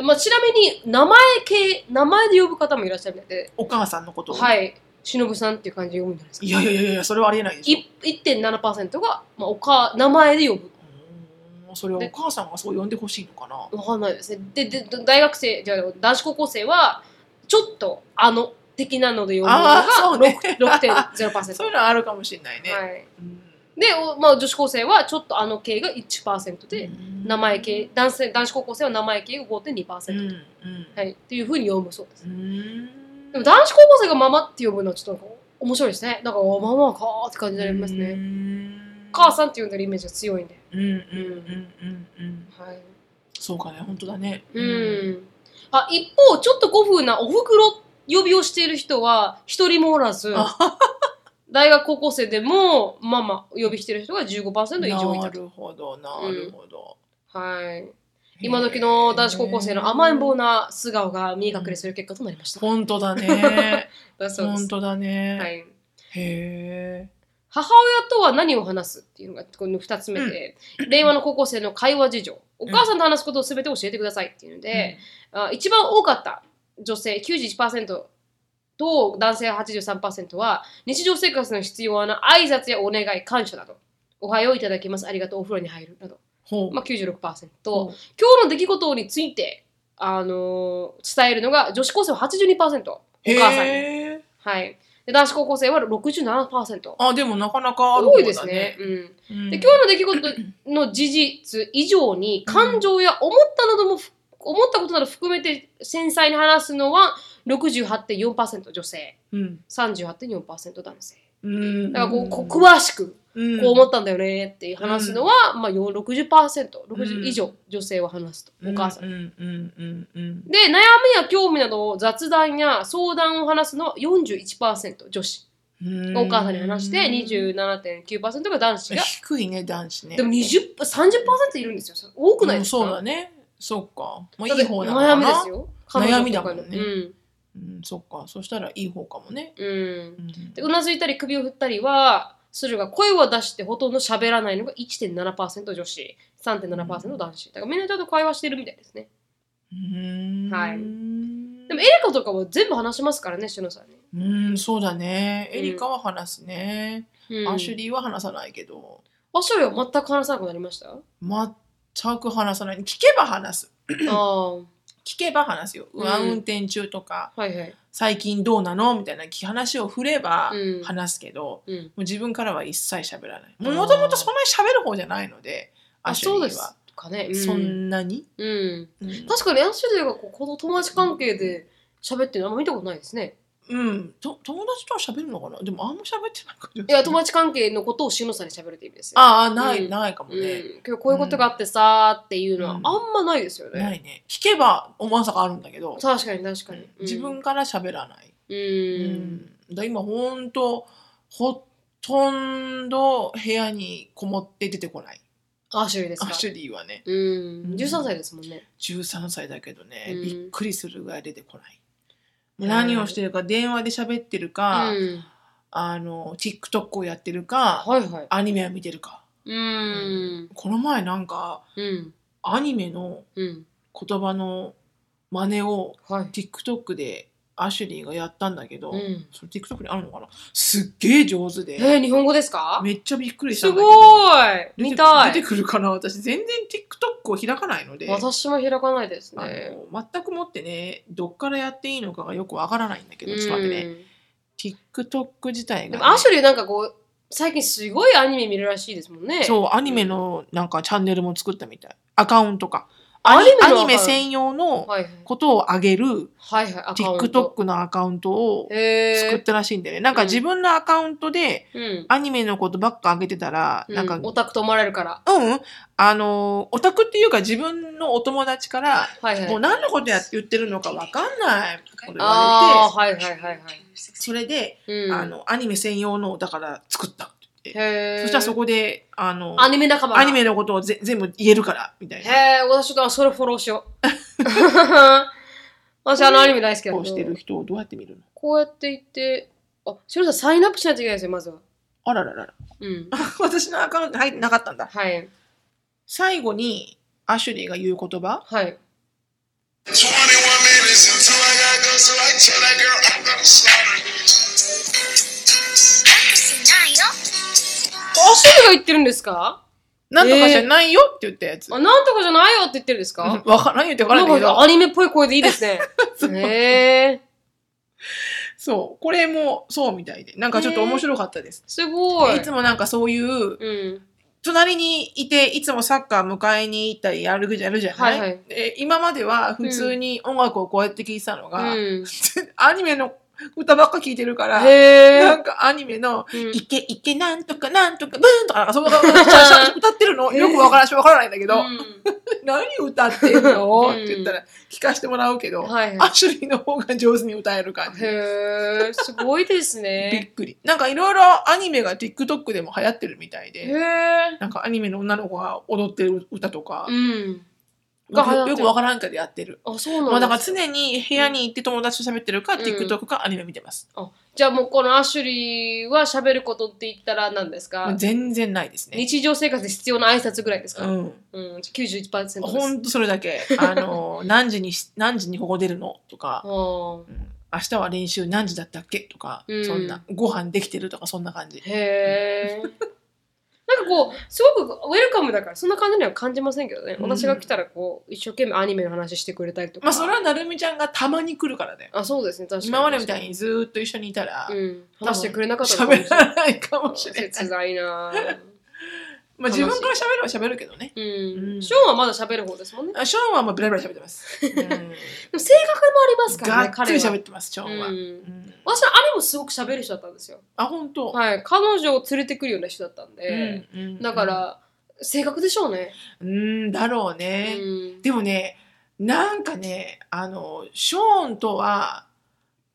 うん。まあ、ちなみに、名前系、名前で呼ぶ方もいらっしゃるので、お母さんのことをはい。しのぶさんっていう感じで呼ぶんじゃないですか。いやいやいやいやそれはありえないでしょい1.7%が、まあ、おか名前で呼ぶ。うんそれはお母さんがそう呼んでほしいのかなわかんないですね。で、で大学生、じゃあ男子高校生は、ちょっと、あの、的なので呼ぶのあがあそうね6.0%。そういうのはあるかもしれないね、はい。うんで、おまあ、女子高生は、ちょっとあの系が1%で、名前系、男性、男子高校生は名前系がう5.2%。んうんはい。っていうふうに読むそうですう。んでも男子高校生がママって呼ぶのはちょっとなんか面白いですね。なんか、おママかーって感じになりますうね。ん母さんって呼んでるイメージが強いんで。うんうんうんうんうんはい。そうかね本当だねうん。あ、一方、ちょっと古風なお袋呼びをしている人は一人もおらず、大学高校生でもママ呼びしてる人が15%以上いなたと。るほどなるほど、はい。今時の男子高校生の甘えん坊な素顔が見え隠れする結果となりました。本当だね。だ <laughs> そうです本。当だね。はい。へえ。母親とは何を話すっていうのがこの2つ目で、令和の高校生の会話事情お母さんと話すことを全て教えてくださいっていうので、あ一番多かった女性91%と男性83%は日常生活の必要な挨拶やお願い感謝などおはよういただきますありがとうお風呂に入るなど、ほう。まあ、96%ほ今日の出来事について、あのー伝えるのが女子高生は82%おう母さんに、へえはい、で男子高校生は67%あ、でもなかなかある多い方ですだねね。。うんうんで今日の出来事の事実以上に感情や思ったなどもふ思ったことなど含めて繊細に話すのは68.4%女性うん。 38.4%男性うん。だからこうこう詳しくうん、こう思ったんだよねって話すのは、まあ、よん 60%60 うん以上女性は話すとお母さん。うんうんうんうんで悩みや興味などを雑談や相談を話すのは41%女子うん。がお母さんに話して27.9%が男子が低いね、男子ね。でも20 30%いるんですよ。多くないですか、うんそうだね。そっか。まあ、だっいてい方なのかな。悩みですよ。悩みだもんね彼女とかうん、そっか。そしたらいい方かもね。のうん。うん。うんで、うなずいたり首を振ったりは、するが声を出してほとんど喋らないのが1.7%女子、3.7%男子。だからみんなちゃんと会話してるみたいですね。うんはいででもエリカとかは全部話しますからね、シュノさんに。うん、そうだね。うんエリカは話すね。うん、アシュリリーは話さないけど、アシュリーは全く話さなくなりましたあ全く話さない。聞けば話す。あ、は聞けば話すよ。うん運転中とか、いはい。最近どうなのみたいな話を振ればうん話すけど、もうん。う自分からは一切喋らない。あーもともとそんなに喋る方じゃないので、アあ、シュそうリでーはす。かね。そうん。んなに、うん、うん確かにアシュリーがこうこの友達関係で喋ってるのあんま見たことないですね。うん、と友達とは喋るのかなでもあんま喋ってないかもいや、友達関係のことをしのさんに喋るって意味ですよ。ああない、うんないかもうんね、、けどこういうことがあってさーっていうのはうあんんまないですよね。ないね聞けばおまさかあるんだけど、確かに確かに。うん自分から喋らない、ううんん。だ今ほんとほとんど部屋にこもって出てこないアシュリーですアか。シュリーはねうん。13歳ですもんね。 13歳だけどね、うんびっくりするぐらい出てこないへー何をしてるか電話で喋ってるうん。か、はあの TikTok をやってるか、いはい。アニメを見てるかうん。この前なんかうん。アニメのうん。言葉の真似をはい。 TikTok でアシュリーがやったんだけど、うんそれ TikTok にあるのかなすっげえ上手えで、ー、日本語ですかめっちゃびっくりしたすんだけどごい出て見た出いてくるかな私全然 TikTok を開かないので私も開かないですあね。の全くもってねどっからやっていいのかがよくわからないんだけど、うんちょっと待ってね TikTok 自体がね、でもアシュリーなんかこう、最近すごいアニメ見るらしいですもんね。そうアニメのなんかチャンネルも作ったみたいアカウントかアアニニメのアカウントアニメ専用のはいはい。ことを上げるはいはい。アカウント。 TikTok のアカウントをへ作っえ。たらしいんだよね。なんか自分のアカウントでうん。アニメのことばっか上げてたら、なんか、ううん、オタクと思われるから。うん、あの、オタクっていうか自分のお友達から、はいはい。もう何のことやって言ってるのかわかんない。これ言あわあ、はいはいはいはい。れて、それで、うん、あの、アニメ専用のをだから作ったって言って。へえ。そしたらそこで、あの、アニメ仲間が。アニメのことをぜ全部言えるから、みたいな。へえ、私ちょっとそれフォローしよ <laughs> う。私あのアニメ大好きだこうけしてるど。人をどうやって見るのこうやって言って、あ、シロさんサインアップしないといけないですよ、まずは。あらららら。 <laughs> うん。私のアカウント入ってなかったんだ。はい。最後に、アシュリーが言う言葉はい。 21 minutes until I gotta go, so I tell that girl I'm gonna slaughter you. アシュリが言ってるんですかなんとかじゃないよって言ったやつ。あ、なんとかじゃないよって言ってるんですうかんわか何言ってわからなんんないけかど。アニメっぽい声でいいです <laughs> ね。へえ。そう。これもそうみたいで。なんかちょっと面白かったです。すごい。いつもなんかそういう、うん。隣にいて、いつもサッカー迎えに行ったりやるじゃるじゃない、はいはいで今までは普通に音楽をこうやって聴いてたのうが、ん。アニメの歌ばっか聴いてるから、へなえ。んかアニメの、うんいけいけなんとかなんとかブーンとかなんかその歌ってるのよくわからんしわからないんだけど、う何歌ってんの、うんって言ったら聞かせてもらうけど、んはいはいア。シュリーの方が上手に歌える感じ。へえ、すごいですびっね。くり。なんかいろいろアニメが TikTok でも流行ってるみたいへで、え。なんかアニメの女の子が踊ってる歌とかう、ん。が流行っよてるくわからんけどやってる。あ、そうなんですもうだから常に部屋に行って友達と喋ってるか、ん TikTok かアニメ見てます。じゃあもうこのアシュリーは喋ることって言ったら何ですもかう全然ないですね。日常生活で必要な挨拶ぐらいですうか、ん。うん、91%です。ほんとそれだけ。あの、 <laughs> 何時にし、何時にここ出るのとか、あーうん明日は練習何時だったっけとか、うんそんな、ご飯できてるとかそんな感じ。へえ。なんかこう、すごくウェルカムだから、そんな感じには感じませんけどね。うん私が来たらこう、一生懸命アニメの話してくれたりとか。まあそれはなるみちゃんがたまに来るからね。あ、そうですね、確かに。今までみたいにずーっと一緒にいたらう、ん。話してくれなかったもしれ喋ないらないかもしれない。切ないなぁまあ自分から喋るは喋るけどね。う。うんんショーンはまだ喋る方ですもんね。であショーンはもうブラブラ喋ってます。うんも性格もありますからがね、っつ彼りは。喋ってます、ショーンは。ううんん私はあれもすごく喋る人だったんですよ。あ、本当。はい。彼女を連れてくるような人だったんで。うんうんだから、性格でしょうね。うんだろううね、ん。でもねなんかねあのショーンとは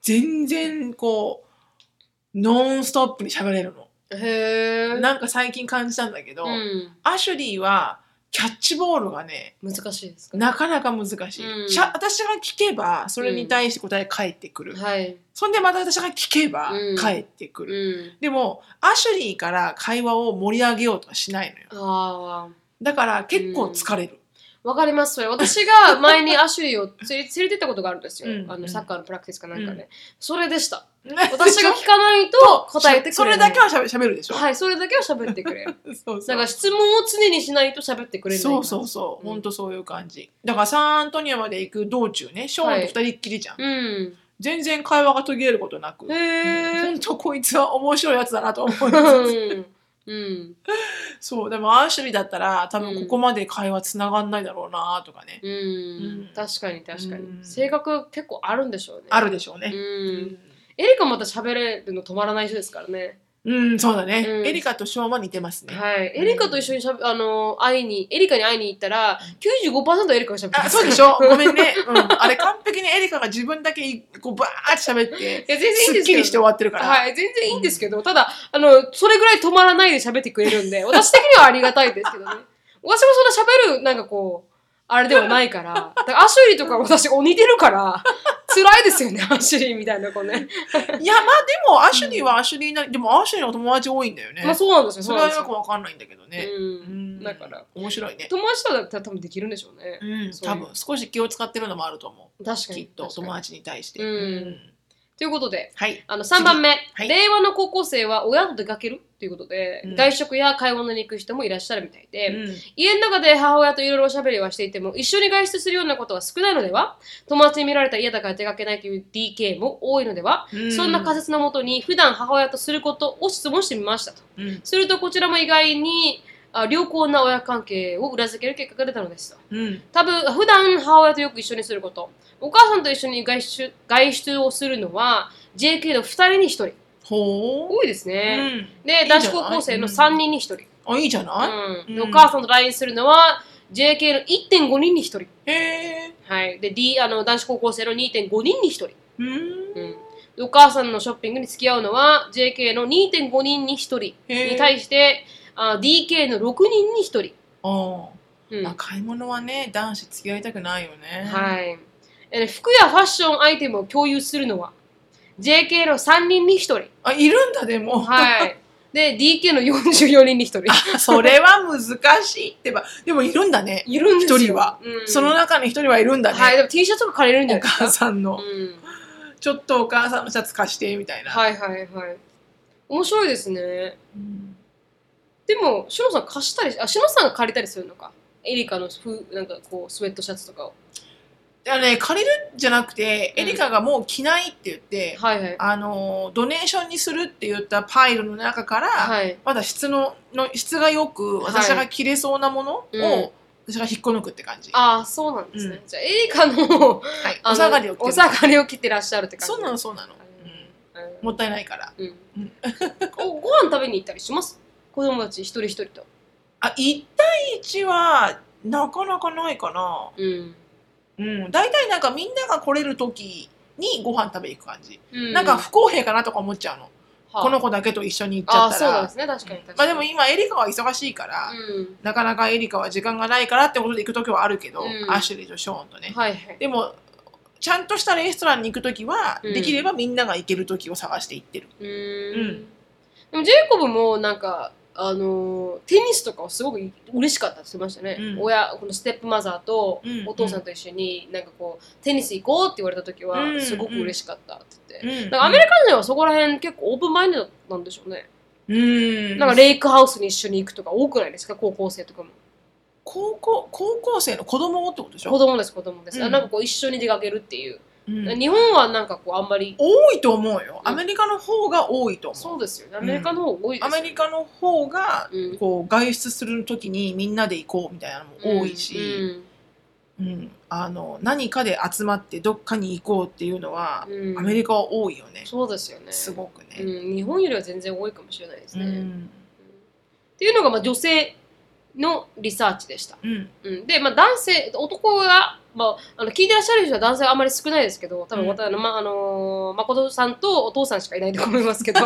全然こうノンストップに喋れるのへえ。なんか最近感じたんだけど、うん。アシュリーはキャッチボールがね難しいですかなかなか難しい、うんしゃ私が聞けばそれに対して答え返ってくる、はい。そんでまた私が聞けばうん返ってくる、うん。でもアシュリーから会話を盛り上げようとはしないのよああ。だから結構疲れる、わかります、それ。私が前にアシュリーを <laughs> 連れ連れてったことがあるんですよ。うんあの、うんサッカーのプラクティスかなんかで、うそれでした。私私が聞かないと答えてくれない。それだけはしゃべしゃべるでしょ、はい、それだけは喋って <laughs> くれる。そうそだうから質問を常にしないと喋ってくれない。そうそうそうう、んほんとそういう感じだからサンアントニオまで行く道中ねショーンと二人っきりじゃん、うん。全然会話が途切れることなく、へほえ。んとこいつは面白いやつだなと思い <laughs> ますうん。うん。そうでもアーシュリーだったら多分ここまで会話つながんないだろうなとかね、うんん。確かに確かうに。ん性格結構あるんでしょうね。あるでしょううねん。エリカもまた喋れるの止まらない人ですからね。うん、うんそうだね、うんエリカとショーンは似てますね、はい。エリカと一緒にしゃべ、あの、会いに、エリカに会いに行ったら、95%エリカが喋ってあそうでしょごめんね、うん、あれ完璧にエリカが自分だけいこうバーって喋っていや、全然いいんすでっすきけりして終ど。わってるから、はい、全然いいんですけど、ただ、あの、それぐらい止まらないで喋ってくれるん <laughs> で、私的にはありがたいですけどね。私もそんな喋る、なんかこう、あれではないから。 <laughs> だからアシュリーとか私、お似てるから、辛いですよね、アシュリーみたいな子ね。いや、まあでも、アシュリーはアシュリーなり、でもアシュリーの友達多いんだよね。まあそうなんですよ、そそうれなはんですよくよ。わかんないんだけどね。う。うんんだから、面白いね。友達とだったら多分できるんでしょうね。うん、そうい多う分少し気を使ってるのもあると思確う。かきにっ。と確かに友達に対して。うんうんということで、はい。あの3番目、はい令和の高校生は親と出かけるということで、うん外食や買い物に行く人もいらっしゃるみたいで、うん家の中で母親といろいろおしゃべりはしていても一緒に外出するようなことは少ないのでは友達に見られたら嫌だから出かけないという DK も多いのでは、うそんな仮説のもとに普段母親とすることを質問してみましたとうんするとこちらも意外にあ良好な親関係を裏付ける結果が出たのですとうん多分普段母親とよく一緒にすることお母さんと一緒に外出外出をするのは JK の2人に1人ほう。多いですうね、んでいいじゃ男ない子高校生の3人に1人、あ、いいじゃないうんんでお母さんと LINE するのは JK の1.5人に1人、へえ。はい、で、D、あの男子高校生の2.5人に1人、うん。うんでお母さんのショッピングに付き合うのは JK の2.5人に1人にへえ。対して、あ DK の6人に1人、あうーんまあ買い物はね、男子付き合いたくないよね。はい。えー服やファッションアイテムを共有するのは、JK の3人に1人。あ、いるんだ、でも。はい。 <laughs> で、DK の44人に1人。 <laughs> それは難しいってば。でもいるんだね。いるんですよ。一人は。うん、その中に一人はいるんだね。はい。でも T シャツとか借りれるんじゃおないですか。母さんの、うん。ちょっとお母さんのシャツ貸してみたいな、はいはいはい。面白いですね。うんでも、しのさん貸したり、あ、しのさんが借りたりするのか。エリカのふなんかこう、スウェットシャツとかを。あのね借りるんじゃなくて、うんエリカがもう着ないって言って、はいはい。あのドネーションにするって言ったパイルの中から、はい。まだ質のの質がよくはい私が着れそうなものを、うん私が引っこ抜くって感じ、ああ、そうなんですね。うじゃあ、エリカのはい、あのお下がりを着ておる下がりを着てらっしゃるって感じ。そうなのそうなの、ううんもったいないからうんうん <laughs> おご飯食べに行ったりします子供たち一人一人と。あ1対1はなかなかないかなうん。うん大体なんかみんなが来れる時にご飯食べに行く感じ、なんか不公平かなとか思っちゃうのはあこの子だけと一緒に行っちゃあっー、たそうらなんですね。確かに確まかあに。でも今エリカは忙しいから、うん。なかなかエリカは時間がないからってことで行く時はあるけど、うんアシュリーとショーンとね、はいはい。でもちゃんとしたレストランに行く時は、うんできればみんなが行ける時を探して行ってるうーんうんでもジェイコブもなんかあのーテニスとかをすごく嬉しかったって言ってましたね、うん親このステップマザーとうんお父さんと一緒になんかこうテニス行こうって言われた時はうんすごく嬉しかったって言って、うんなんかアメリカ人はそこら辺結構オープンマインドなんでしょうね、うんなんかレイクハウスに一緒に行くとか多くないですか高校生とかも高校高校生の子供ってことでし子ょ、供です子供です、うんなんかこう一緒に出かけるっていう、うん日本はなんかこうあんまり多いと思うようんアメリカの方が多いと思うそうですよねアメリカの方が多いですアよねメリカの方がうんこう外出する時にみんなで行こうみたいなのも多いし、うんあの何かで集まってどっかに行こうっていうのはうん、うんうんアメリカは多いよね、そうですよねすごくね。うん、日本よりは全然多いかもしれないですね。ううんっんていうのが、まあ、女性のリサーチでした。うんうん、で、まあ、男性男が、まあ、あの聞いてらっしゃる人は男性はあまり少ないですけど多分、うんわたあのまああのー誠さんとお父さんしかいないと思いますけ <laughs> ど、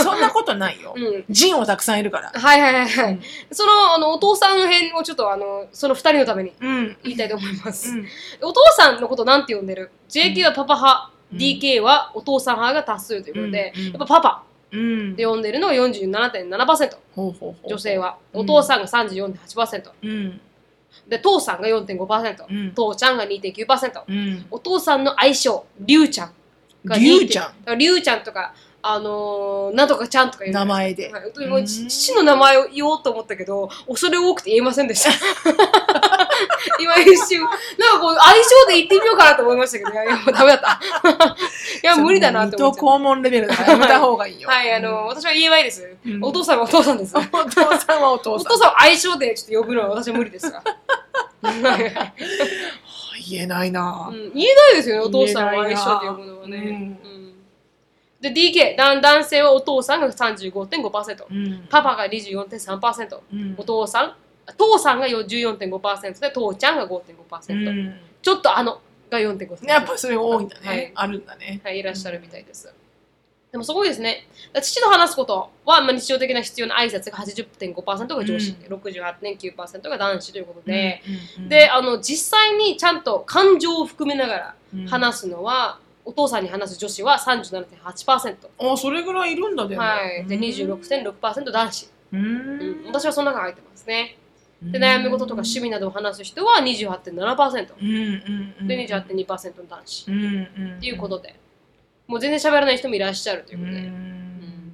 そんなことないよう。ん、ジンをたくさんいるから。はいはいはいはい、そのあのお父さん編をちょっとあのその2人のためにうん。うん。言いたいと思います、うんお父さんのことなんて呼んでる JK はパパ派、うん DK はお父さん派が多数ということで、うんうんやっぱパパうんで。呼んでるのが47.7%ほうほうほう。女性。はうんお父さんが34.8%うん。で父さんが4.5%、うん父ちゃんが2.9%うん。お父さんの愛称りゅうちゃんがりゅうちゃんんりゅうちゃんとかあのーなんとかちゃんとか言う名前で。はいうんもうち父の名前を言おうと思ったけど恐れ多くて言えませんで <laughs> した今一瞬なんかこう愛称で言ってみようかなと思いましたけどいやいやもうダメだったい <laughs> や無理だなって思っ水ち戸ゃっ黄門レベルだからやめた方がいいよ。たはいあのーうん私は EMI です、うんお父さんはお父さんですお父さんはお父おさん父。さんを愛称でちょっと呼ぶのは私は無理ですが。う <laughs> 言えないな。ん言えないですよね、お父さんを愛称で呼ぶのはね。言えないなうんで、DK、男男性はお父さんが35.5%、うんパパが24.3%、うんお父さん、父さんが14.5%で、父ちゃんがう5.5%、ん。ちょっとあのが4.5%、やっぱそれ多いんだはねい。あるんだね。はい、いらっしゃるみたいです。でもすごいですね。だから父と話すことは、まあ、日常的な必要な挨拶が80.5%が女子、う68.9%が男子ということで。うん、であの実際にちゃんと感情を含めながうんら話すのは、お父さんに話す女子は37.8%、あ、それぐらいいるんだでも。はい、で26.6%男子、うん。うん私はその中に入ってますねでうん悩み事とか趣味などを話す人は28.7%うんうんうん。で28.2%の男子うんうん。っっていうことでもう全然喋らない人もいらっしゃるということで、ん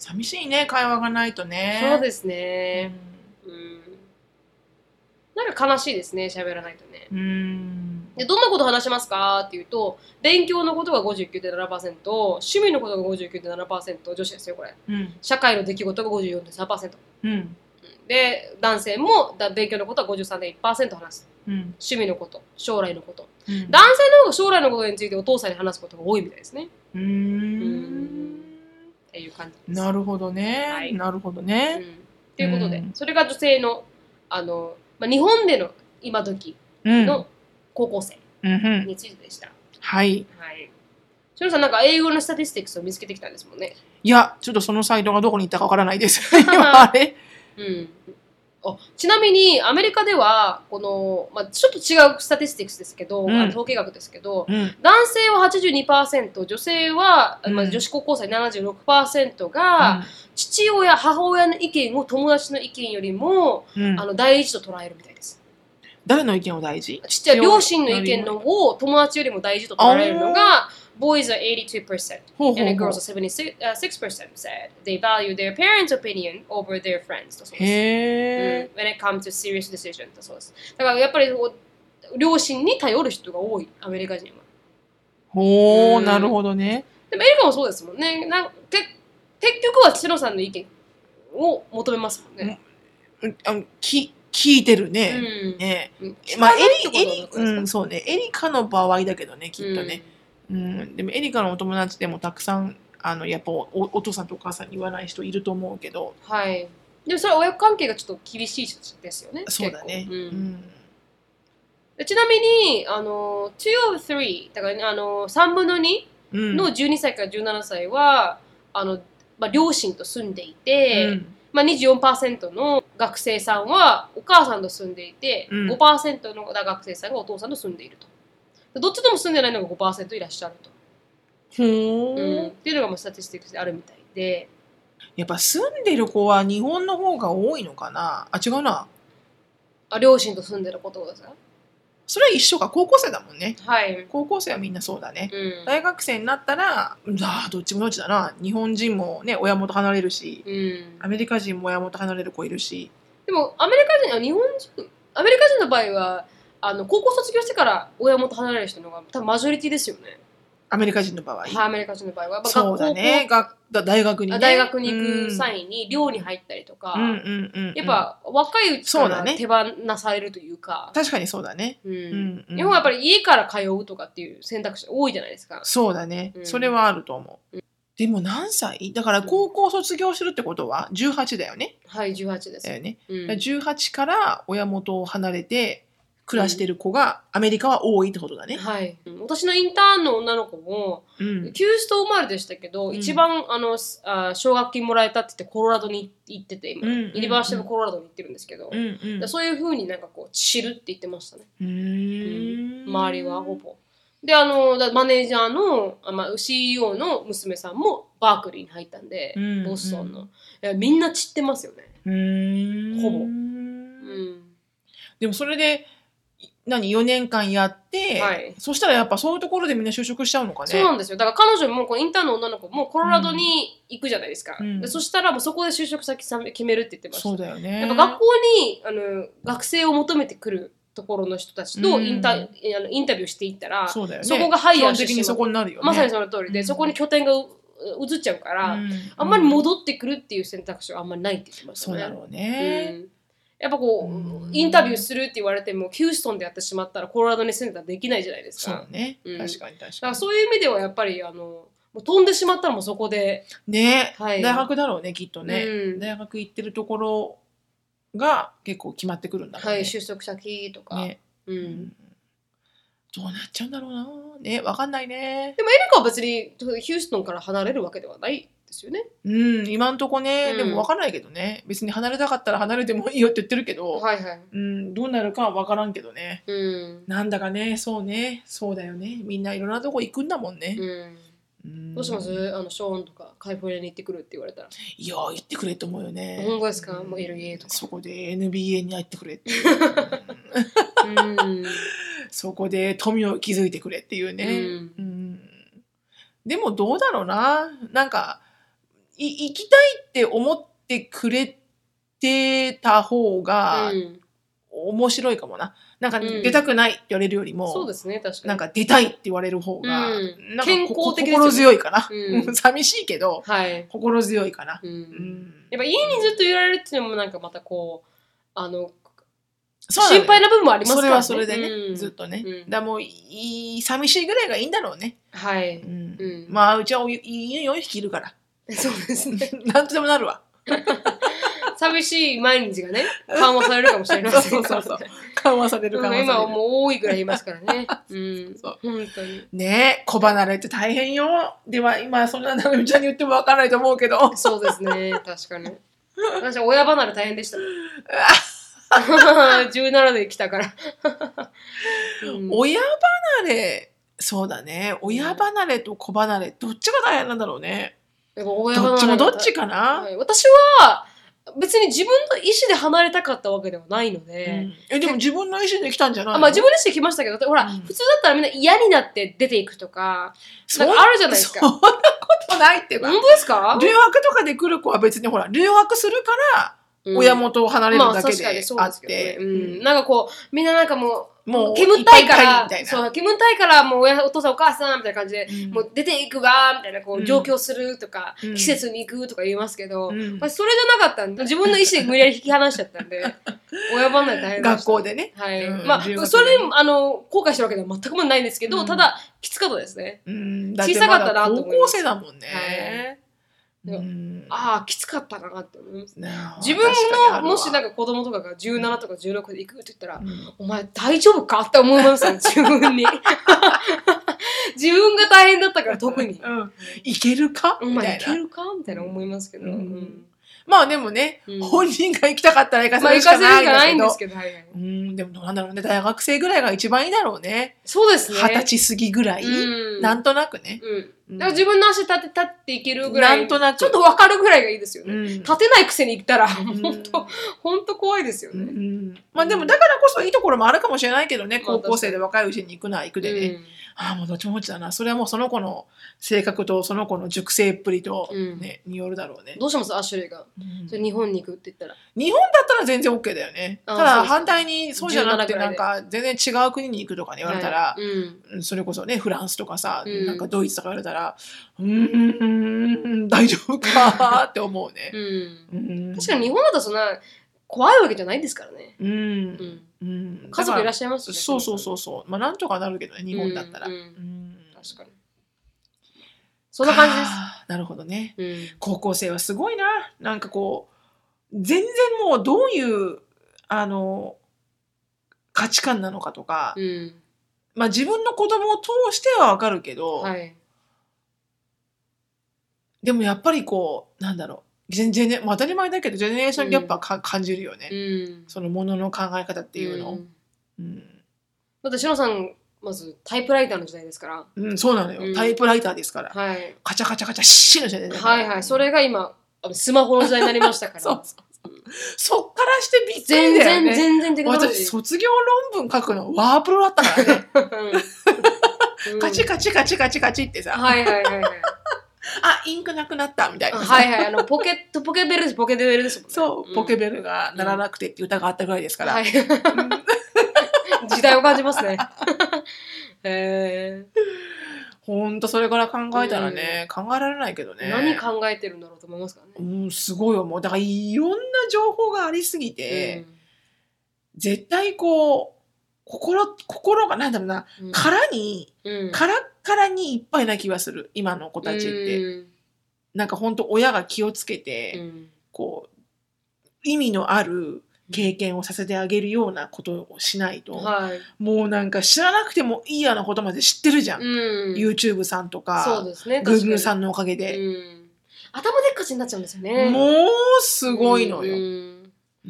寂しいね会話がないとねそうすですねうんなんか悲しいですね喋らないとねうんうんでどんなこと話しますかっていうと勉強のことが59.7%趣味のことが59.7%女子ですよこれうん社会の出来事が54.3%うんうんで男性もだ勉強のことは53.1%話すうん趣味のこと将来のことうん男性の方が将来のことについてお父さんに話すことが多いみたいですねううんんっていう感じですなるほどね、はいなるほどうん、っねていうことで、うんそれが女性のあの、まあ、日本での今時うんの高校生うんうんについてでした、はいはいしのりさんなんか英語のスタティスティックスを見つけてきたんですもんねいやちょっとそのサイトがどこに行ったかわからないで <laughs> す今あれうん、あちなみにアメリカではこの、まあ、ちょっと違うスタティスティックスですけど、うんあの統計学ですけどうん男性は82%女性は、まあ、うん女子高校生76%が、父親母親の意見を友達の意見よりも、うんうんあの第一と捉えるみたいです。誰の意見を大事父親両親の意見のを友達よりも大事と捉えるのが Boys are 82%ほう and girls are 76% said they value their parents' opinion over their friends だそうです。へえ、うん when it comes to serious decision だそうです。だからやっぱりこう両親に頼る人が多い、アメリカ人は。ほううんなるほどねでもエリカもそうですもんね。なんけ結局はチロさんの意見を求めますもんね。うんあのき聞いてるうね、ん。ねうんまあエ聞かリないエってリことはどうういうんこそうねエリカの場合だけどねきとっとね、うん、でもエリカのお友達でもたくさんあのやっぱおお父さんとお母さんに言わない人いると思うけどうん。はい。でもそれは親子関係がちょっと厳しい人ですよね。そうだね、結う構うんんでちなみに、あの、2 of 3、だから、ね、あの、3分の2うんの12歳から17歳は、あの、まあ、両親と住んでいて、うんまあ、24%の学生さんはお母さんと住んでいて、うん5%の学生さんがお父さんと住んでいると。でどっちとも住んでないのが5%いらっしゃると。ふうーんん、っていうのがもうスタティスティックスであるみたいで。やっぱ住んでる子は日本の方が多いのかなあ違うなあ両親と住んでることをですかそれは一緒か高校生だもんねはい。高校生はみんなそうだねうん。大学生になったらうんあーどっちもどっちだな日本人もね親元離れるしうんアメリカ人も親元離れる子いるしでもアメリカ人は日本人アメリカ人の場合はあの高校卒業してから親元離れる人の方が多分マジョリティですよね。アメリカ人の場合、はい、アメリカ人の場合はやっぱそうだね学だ大学に、あね、大学に行く際に寮に入ったりとか、うん、うんうんうんうんやっぱ若いうちそかうだらね手放されるというか、確かにそうだね、うんうんうん日本はやっぱり家から通うとかっていう選択肢多いじゃないですか。そうだね、うんそれはあると思う、でも何歳だから高校卒業するってことは18だよねはい、18です。だよね、うん18から親元を離れて暮らしてる子がアメリカは多いってことだね、はい、うん私のインターンの女の子も、うん、キュースト生まれでしたけど、うん一番あのすあ奨学金もらえたって言ってコロラドに行ってて今、うんうんうんユニバーシティブコロラドに行ってるんですけど、うんうんでそういうふうになんかこう知るって言ってましたねうーん周りはほぼ。であのだマネージャーのあ、まあ、CEO の娘さんもバークリーに入ったんで、うんボストンの、ういやみんな知ってますよね。うーんほぼうんでもそれでい何4年間やって、はいそしたらやっぱそういうところでみんな就職しちゃうのかねそうなんですよだから彼女もこうインターンの女の子もコロラドに行くじゃないですか、うんでそしたらもうそこで就職先さ決めるって言ってましたそうだよねやっぱ学校にあの学生を求めてくるところの人たちとインタ,、うんあのインタビューしていったら、そうだよねそこがハイヤー基本的にそこになるよねまさにその通りで、うんそこに拠点がうう移っちゃうから、うんあんまり戻ってくるっていう選択肢はあんまりないって言ってましたそうね。だろううね、んやっぱこう、うんインタビューするって言われてもヒューストンでやってしまったらコロラドに住んでたらできないじゃないですそうか。だね、うん確かに確だかからにそういう意味ではやっぱりあのもう飛んでしまったらもうそこで、ね、はい大学だろうねきっとね、うん大学行ってるところが結構決まってくるんだろうはね,、い、就職先とか、ねう、うんどうなっちゃうんだろうなねわかんないねでもエリカは別にヒューストンから離れるわけではないですよね。うん今んとこね、うんでもわかんないけどね別に離れたかったら離れてもいいよって言ってるけど、はいはい。うん、どうなるかは分からんけどね。うん。なんだかね、そうね、そうだよね。みんないろんなとこ行くんだもんね。うん、うんどうしますあのショーンとかカリフォルニアに行ってくるって言われたら。いや、行ってくれと思うよね。本当ですかもう LA LA とかそこで NBA に入ってくれって。うんうん。そこで富を築いてくれっていうね。うんうんでもどうだろうな。なんか、い行きたいって思ってくれてた方がうん面白いかもな。なんかうん出たくないって言われるよりも、そうですね、確かに。なんか出たいって言われる方が、うんなんか健康的ですよね心強いかな、うん寂しいけどはい。心強いかな、う。うんんやっぱ家にずっといられるっていうのもなんかまたこう、あの、そう心配なな部分もありますそかられね。はそれでね、うんずっとね、うんだからもういい寂しいぐらいがいいんだろうね、はい。うんうんまあうちはおい犬4匹いるから <laughs> そうですね。なんとでもなるわ寂しい毎日がね、緩和されるかもしれません <laughs> そうそうそう緩和されるう緩ん和今さはれる、もう多いぐらいいますからね。うん。 <laughs> そう本当に。ねえ子離れって大変よでは今そんななみちゃんに言っても分からないと思うけどそうですね、確かに。私、親離れ大変でしたね。17で来たから。うん親離れそうだね親離れと子離れどっちが大変なんだろうねやっぱ親離どれっちもどっちか、かなは、い私は、別に自分の意思で離れたかったわけではないのうんで、えでも自分の意思で来たんじゃないあまあ自分の意思で来ましたけど、ほら、うん普通だったらみんな嫌になって出ていくとか、そなんんかあるじゃないですそか。んなことないってば本当ですか留学とかで来る子は別にほら留学するからうん親元を離れるだけでそうあでっすけてどね。うん。なんかこう、みんななんかもう、もう煙たいかいっぱいいっぱいらみたい、なそう、煙たいから、もう親お父さんお母さんみたいな感じで、うんもう出ていくわみたいなこううん上京するとか、うん季節に行くとか言いますけど、うんまあそれじゃなかったんで自分の意思で無理やり引き離しちゃった <laughs> んで親離れ大変で学した校でね、はい、うんま留あ学でそれあの後悔してるわけでは全くもないんですけど、うんただきつかったですねうん、小さかったなと思いますだってまだ高校生だもんね、はいうんああきつかったなって思いますなあ自分確かにのあるわもしなんか子供とかが17とか16で行くって言ったら、うん <laughs> お前大丈夫かって思いますよ、自分に。自自分が大変だったから特に。うん。いけるかみまあ、たいいけな。るかみたいな思いますけど。ううんんまあでもね、うん本人が行きたかったら行かませあ、る行しかかせるないしかないんんだですけけど。ど、はいはいうん、でもどうなんだろうね。大学生ぐらいが一番いいだろうね。そうですね。二十歳過ぎぐらい、うん。なんとなくね。うん。うんだから自分の足立て立っていけるぐらい。なんとなくちょっとわかるぐらいがいいですよね。うん立てないくせに行ったら、うん本当本当怖いですようね。んまあでもだからこそいいところもあるかもしれないけどね、まあ高校生で若いうちに行くなら行くでね、ああもうどっちもどっちだなそれはもうその子の性格とその子の熟成っぷりと、うんねによるだろうねうん、どうしますアシュレイが。うんそれ日本に行くって言ったら。日本だったら全然 OK だよねあたあそだうそう反対にそうじゃなくて17ぐらないんでか全然違う国に行くとかね言われたら、はいうん。うんそれこそねフランスとかさ、うんなんかドイツとか言われたらうーん大丈夫かって思うね、うん。うん、確かに日本だとそんな怖いわけじゃないですからね。うん、ううんん。うん、家族いらっっしゃいますしねそうそうそうそうまあなんとかなるけどね日本だったら、うんううんん確かに。そんな感かなるほどね。じです。高校生はすごいな。なんかこう、全然もうどういう、あの、価値観なのかとか、うん。うん。まあ自分の子供を通してはわかるけど、はい。でもやっぱりこう、なんだろう、全然ね、まあ当たり前だけど、ジェネレーションギャップはか感じるよね。うん。そのものの考え方っていうの。んうん、だって、しのさん、まずタイプライターの時代ですから。うんそうなのよ、うんタイプライターですから。はい。カチャカチャカチャ、シーの時代だからはいはい。それが今、スマホの時代になりましたから。 <laughs> そうそうそうそっからしてびっく全りだよ然、ね。全然テクノロジ私、ー。卒業論文書くのワープロだったからね。うんカチカチカチカチカチってさ、はいはいはいはい。あ、インクなくなったみたいなさ。はいはい。あの、ポケット、ポケベルです、ポケベルですもんね。そう、ポケルベルが鳴らなくてっていう歌があったぐらいですから。はい。 <laughs> 時代を感じます <laughs> ね。えほんとそれから考えたらね、考えられないけーどね。何考えてるんだろうと思いますからね。うん、すごい思う。だからいろんな情報がありすぎて、絶対こう、心、心が、なんだろうな、うん殻に、うん殻からにいっぱいな気がする、今の子たちって。なんかほんと親が気をつけて、うんこう意味のある経験をさせてあげるようなことをしないと、うんはい。もうなんか知らなくてもいいようなことまで知ってるじゃん、うん。 YouTube さんとそうか、ですね。 Google さんんのおかげで、頭でっかちになっちゃうんですよね。もうすごいのよ、よ。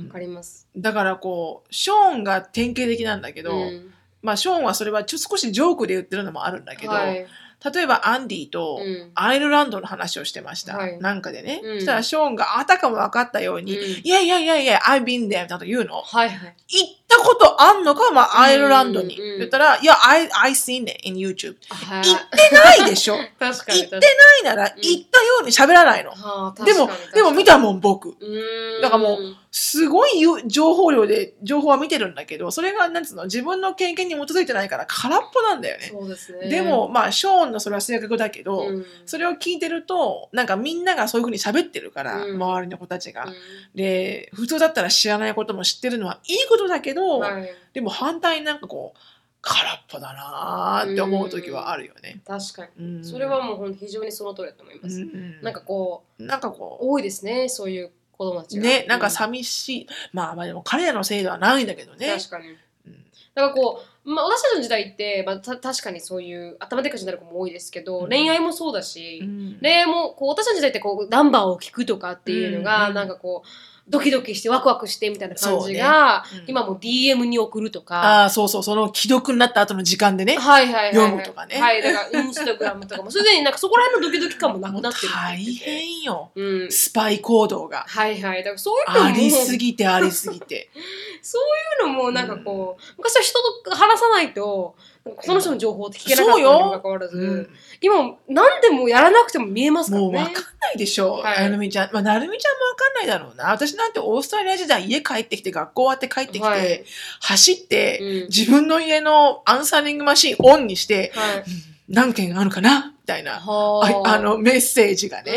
わかります。だからこうショーンが典型的なんだけど、うんまあショーンはそれはちょ少しジョークで言ってるのもあるんだけど、はい例えばアンディと、うんアイルランドの話をしてました。はいなんかでね。うんそしたら、ショーンがあたかも分かったように、うんいやいやいやいや、I've been there みたいなこと言うの。はいはい。行ったことあんのか、まあ、アイルランドに。うんうんうん言ったら、いや、I, I seen it in YouTube. は行ってないでしょ行っい。確かに。行って確かにないなら、行ったように喋らないの。はあで確もかに確、かでにも見たもん、僕。うーんだからもすごいよ情報量で、情報は見てるんだけど、それが、なんつうの、自分の経験に基づいてないから空っぽなんだよね。そうですね。でも、まあ、ショーンのそれは性格だけど、うん、それを聞いてると、なんかみんながそういうふうに喋ってるから、うん周りの子たちが、うで、普通だったら知らないことも知ってるのはいいことだけど、んはい、でも反対になんかこう、空っぽだなーって思う時はあるよね。確かうんに。それはもうほん非常にその通りだと思います。うんなんかこう、なんかこ多いですね、そういう子供たう、ちが。ね、なんかう寂しい。まあまあでも彼らのせいではないんだけどん、ね。確かに。うんだからこう、まあ、私たちの時代って、まあ、た確かにそういう頭でっかちになる子も多いですけど、うん恋愛もそうだし、うん恋愛もこう私たちの時代ってこうナンバーを聞くとかっていうのが、うんなんかこうドキドキしてワクワクしてみたいな感そうじねが、うん今もう DM に送るとかああ、そうそう、その既読になった後の時間でね。はいはいはいはい、読むとかねはい、だからインスタグラムとか <laughs> も、すでになんかそこら辺のドキドキ感もなくなってる大って言ってて。変よ。うん。スパイ行動が。はいはい。だからそういうのも、ありすぎてありすぎ <laughs> て。そういうのもなんかこう、昔は人と話さないと、なんかその人の情報って聞けなかったそうよにもかかわらず、今、何でもやらなくても見えますからもね。う分かんないでしょう、はいなるみちゃん。まあ、なるみちゃんも分かんないだろうな。私なんてオーストラリア時代家帰ってきて、学校終わって帰ってきて、はい走って、うん自分の家のアンサリングマシンオンにして、はい。何件あるかなみたいな、あはあ、の、メッセージがね。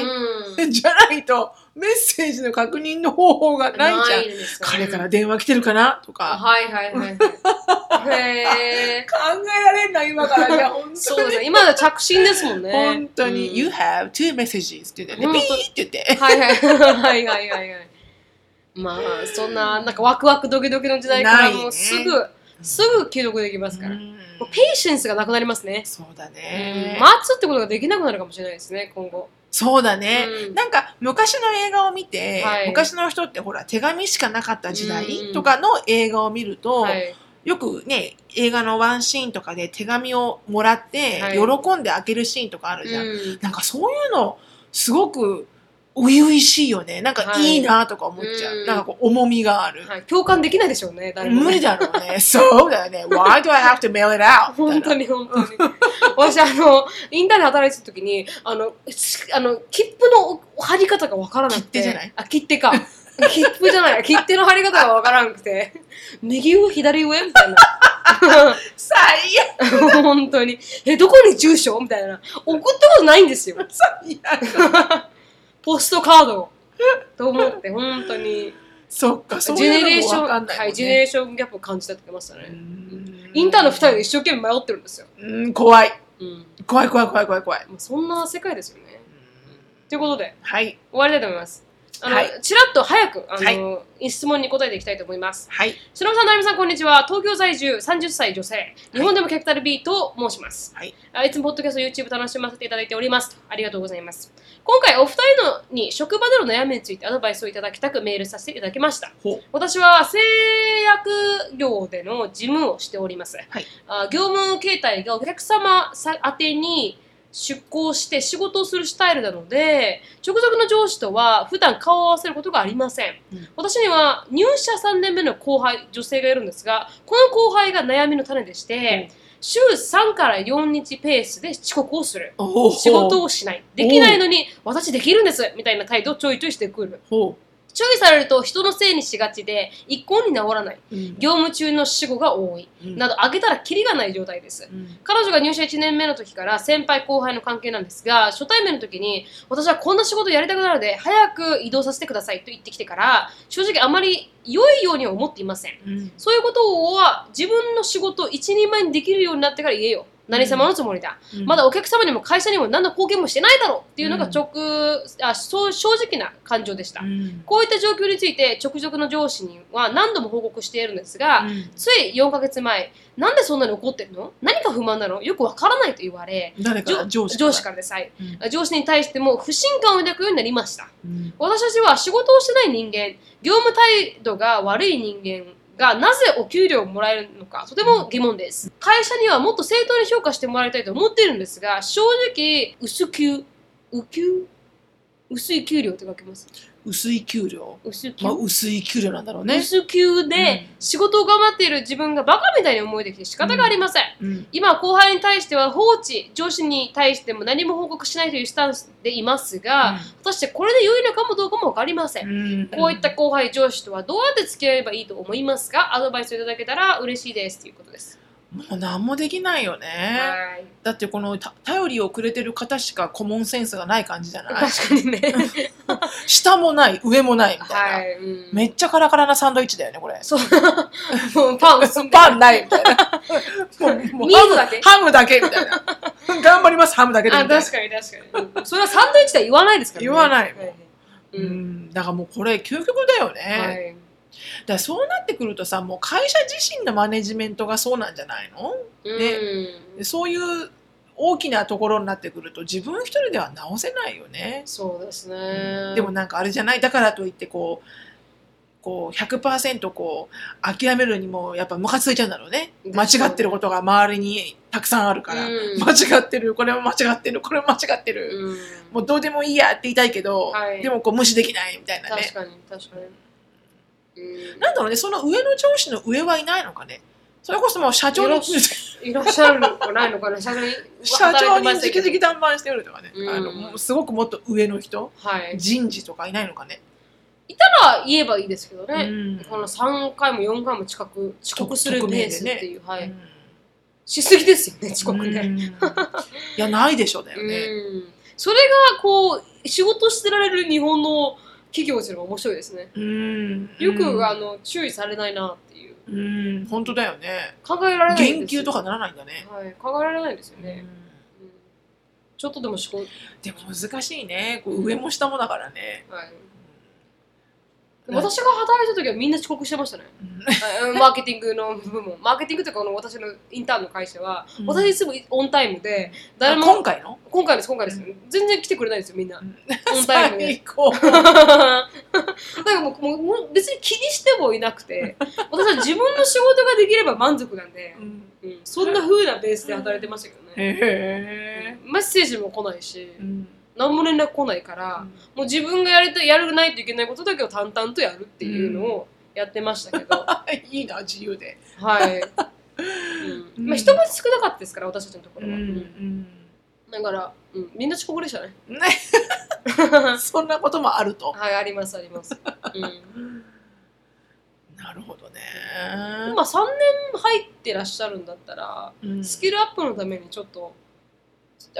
うん、 <laughs> じゃないと、メッセージの確認の方法がないじゃん。ですよね彼から電話来てるかなとか、はいはいはいはい。へえ。 <laughs> 考えられんな、今からね、本当に。そうですね。今は着信ですもんね。本当に、うん You have two messages って言ってね、うんピーって言って。はいはいはいはいはいはい。まあそんななんかワクワクドキドキの時代からないもねうすぐすぐ既読できますから。うもんうペーシェンスがなくなりますね。そうだうねん。待つってことができなくなるかもしれないですね、今後。そうだね、うんなんか昔の映画を見て、はい昔の人ってほら手紙しかなかった時う代んとかの映画を見ると、はい。よくね映画のワンシーンとかで手紙をもらって、はい喜んで開けるシーンとかあるじゃん、うんなんかそういうのすごく初々しいよねなんかはいいいなとか思っちゃう、うんなんかこう重みがある、はい。共感できないでしょうね、誰もね。無理だろうね <laughs> そうだよね Why do I have to mail it out? 本当にに本当に。私、あの、インターで働いてた時に、あの、すあの、切符の貼り方がわからなくて。切手じゃないあ、切手か。切符じゃ <laughs> ない。切手の貼り方がわからなくて。右上、左上みたいな。最 <laughs> 悪本当に。え、どこに住所みたいな。送ったことないんですよ。最悪ポストカードを。と思って、本当に。そっかジそェういネレうーのシもョわン、かんないもん、ねはい、ジェネレーションギャップを感じたって言ってましたうね。んインターの二人が一生懸命迷ってるんですよ。うん怖いうん。怖い怖い怖い怖い怖いもうそんな世界ですよね。ということで。はい終わりたいと思います。あの、はいちらっと早く、あの、質問に答えていきたいと思います。はい忍さん、成美さん、こんにちは。東京在住、30歳女性。日本でもキャピタル B と申します。はいあ。いつもポッドキャスト、YouTube 楽しませていただいております。ありがとうございます。今回、お二人のに職場での悩みについてアドバイスをいただきたくメールさせていただきました。ほう私は製薬業での事務をしております、はいあ業務形態がお客様さ宛てに出向して仕事をするスタイルなので直属の上司とは普段顔を合わせることがありません、うん私には入社3年目の後輩女性がいるんですがこの後輩が悩みの種でして、週3から4日ペースで遅刻をするおー仕事をしないできないのに私できるんですみたいな態度をちょいちょいしてくるほ注意されると人のせいにしがちで一向に治らないううん業務中の死後が多いなど挙げたらキリがない状態ですうん彼女が入社1年目の時から先輩後輩の関係なんですが初対面の時に私はこんな仕事やりたくなるので早く移動させてくださいと言ってきてから正直あまり良いようには思っていませんうんそういうことは自分の仕事を一人前にできるようになってから言えよ何様のつもりだ、うんまだお客様にも会社にも何の貢献もしてないだろうっていうのがうん直、あそう正直な感情でしたう、んこういった状況について直属の上司には何度も報告しているんですが、うんつい4ヶ月前、なんでそんなに怒ってるの何か不満なのよくわからないと言われ、誰から上司上司からです、はいうん上司に対しても不信感を抱くようになりました。うん私たちは仕事をしてない人間、業務態度が悪い人間がなぜお給料をもらえるのか、とても疑問です。会社にはもっと正当に評価してもらいたいと思っているんですが、正直、薄給、右給薄い給料って書きます。薄い給料薄給まあ、薄い給料なんだろうね。薄給うんで仕事を頑張っている自分がバカみたいに思えてきて仕方がありません、うん、今後輩に対しては放置上司に対しても何も報告しないというスタンスでいますが、果たしてこれで良いのかもどうかも分かりません、うんこういった後輩上司とはどうやって付き合えばいいと思いますかアドバイスをいただけたら嬉しいですということです、もう何もできないよね。はいだってこのた頼りをくれてる方しかコモンセンスがない感じじゃない確かにね下もない上もないみたいな、はい、うん、めっちゃカラカラなサンドイッチだよねこれ。そう <laughs> もうパン薄んでパンないみたいな。 <laughs> もうもうミートだけハムハムだけみた <laughs> いな。頑張りますハムだけでみたあいな。確かに確かに、うんそれはサンドイッチでは言わないですからね言わないはううんん、だからもうこれ究極だよね。はいだからそうなってくるとさもう会社自身のマネジメントがそうなんじゃないのうん、そういう大きなところになってくると自分一人では直せないよね。そうですね。でもなんかあれじゃないだからといってこうこう100%こう諦めるにもやっぱムカついちゃうんだろうねでしょう間ね違ってることが周りにたくさんあるから、うん間違ってるこれも間違ってるこれも間違ってる、うん、もうどうでもいいやって言いたいけど、はいでもこう無視できないみたいな確ねかに確かに。うんなんだろうねその上の上司の上はいないのかねそれこそもう社長よにろしいらっしゃるのかないのかな社長に社長に直働いてま々すけど談判してるとかね、うんあのもうすごくもっと上の人はい。人事とかいないのかね。まあ言えばいいですけどね。うんこの三回も四回も近く遅刻する匿ペ名ーでスっねていう、はうい。んしすぎですよね遅刻うね。 <laughs> んいやないでしょうだうよね。ん。それがこう仕事してられる日本の企業っていうのが面白いですね。うんよくあの注意されないなっていううん本当だよね。考えられない減給とかならないんだね。はい考えられないですよね。うんうんちょっとでも思考でも難しいね。こう上も下もだからね。はい。でも私が働いた時はみんな遅刻してましたね。うんマーケティングの部門。マーケティングというか、あの私のインターンの会社は、うん私いつもオンタイムで、誰あも、今回の今回です、今回です。全然来てくれないんですよ、みんな。んオンタイム <laughs> で。高。だからもうもうもう別に気にしてもいなくて、私は自分の仕事ができれば満足なん <laughs> で、うん、そんな風なベースで働いてましたけどね。へメッセージも来ないし、え。うん何も連絡来ないから、もう自分がやりたいやらないといけないことだけを淡々とやるっていうのをやってましたけど、 <laughs> いいな、自由で。はい、うんまあ、人も少なかったですから私たちのとこうろは、うんんだから、うん、みんな遅刻でしたねね、 <laughs> そんなこともあると。はいありますあります、うんなるほどね。まあ3年入ってらっしゃるんだったらうんスキルアップのためにちょっと、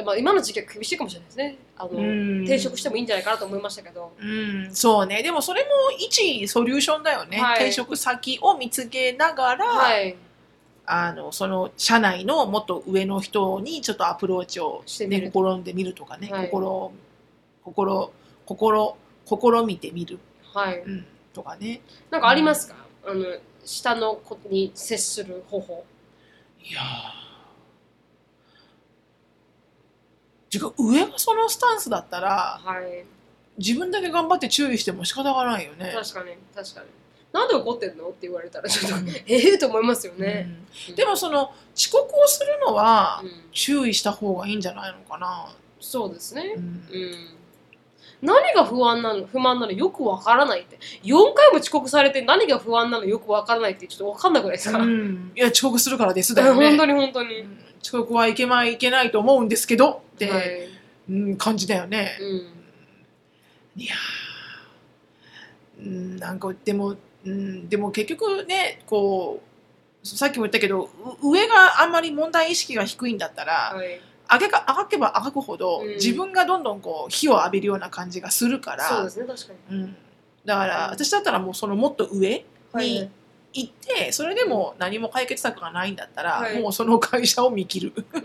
まあ、今の時期は厳しいかもしれないですねあの、うん転職してもいいんじゃないかなと思いましたけどうん、そうね。でもそれも一ソリューションだよね。はい転職先を見つけながら、はいあの、その社内のもっと上の人にちょっとアプローチをしてみね、る試んでみるとかね、はい心、心、心、試みてみる、はいうん、とかね。なんかありますかあの下の子に接する方法いやー。てか上がそのスタンスだったら、はい自分だけ頑張って注意しても仕方がないよね。確かに確かになんで怒ってんのって言われたらちょっとええと思いますよね、うんでもその遅刻をするのはうん注意した方がいいんじゃないのかな。そうですねううんん何が不安なの不満なのよくわからないって4回も遅刻されて何が不安なのよくわからないってちょっとわかんなくないですか、うんいや遅刻するからですだよね。本当に本当に、うん遅刻はいけないいけないと思うんですけどって、はいうん、感じだよね。うんいやーうんなんかでも、うん、でも結局ねこうさっきも言ったけどう上があんまり問題意識が低いんだったら、はい、上げか上がけば上がくほど、うん自分がどんどんこう火を浴びるような感じがするからそうですね確かにうん、だから私だったらもうそのもっと上はいに行ってそれでも何も解決策がないんだったら、はいもうその会社を見切る、う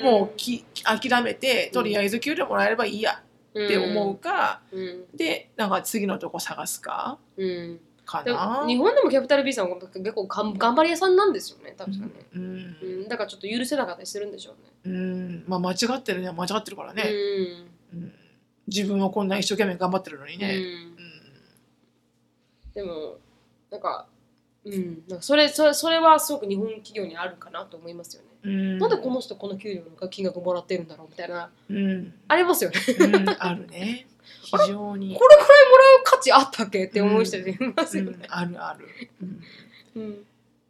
んもうき諦めてとりあえず給料もらえればいいやって思うか、うんでなんか次のとこ探すかうんかでなも日本でもキャピタル B さんは結構がん頑張り屋さんなんですよね確かね、うんうんだからちょっと許せなかったりするんでしょうねうんまあ間違ってるね間違ってるからね、うんうん自分はこんな一生懸命頑張ってるのにうね、んうんでもなんかうんなんかそれそれそれはすごく日本企業にあるかなと思いますよね、うんなんでこの人この給料の金額もらってるんだろうみたいなうん、ありますよねうん、あるね非常にこれくらいもらう価値あったっけって思う人いますようんね、あるある、うんうん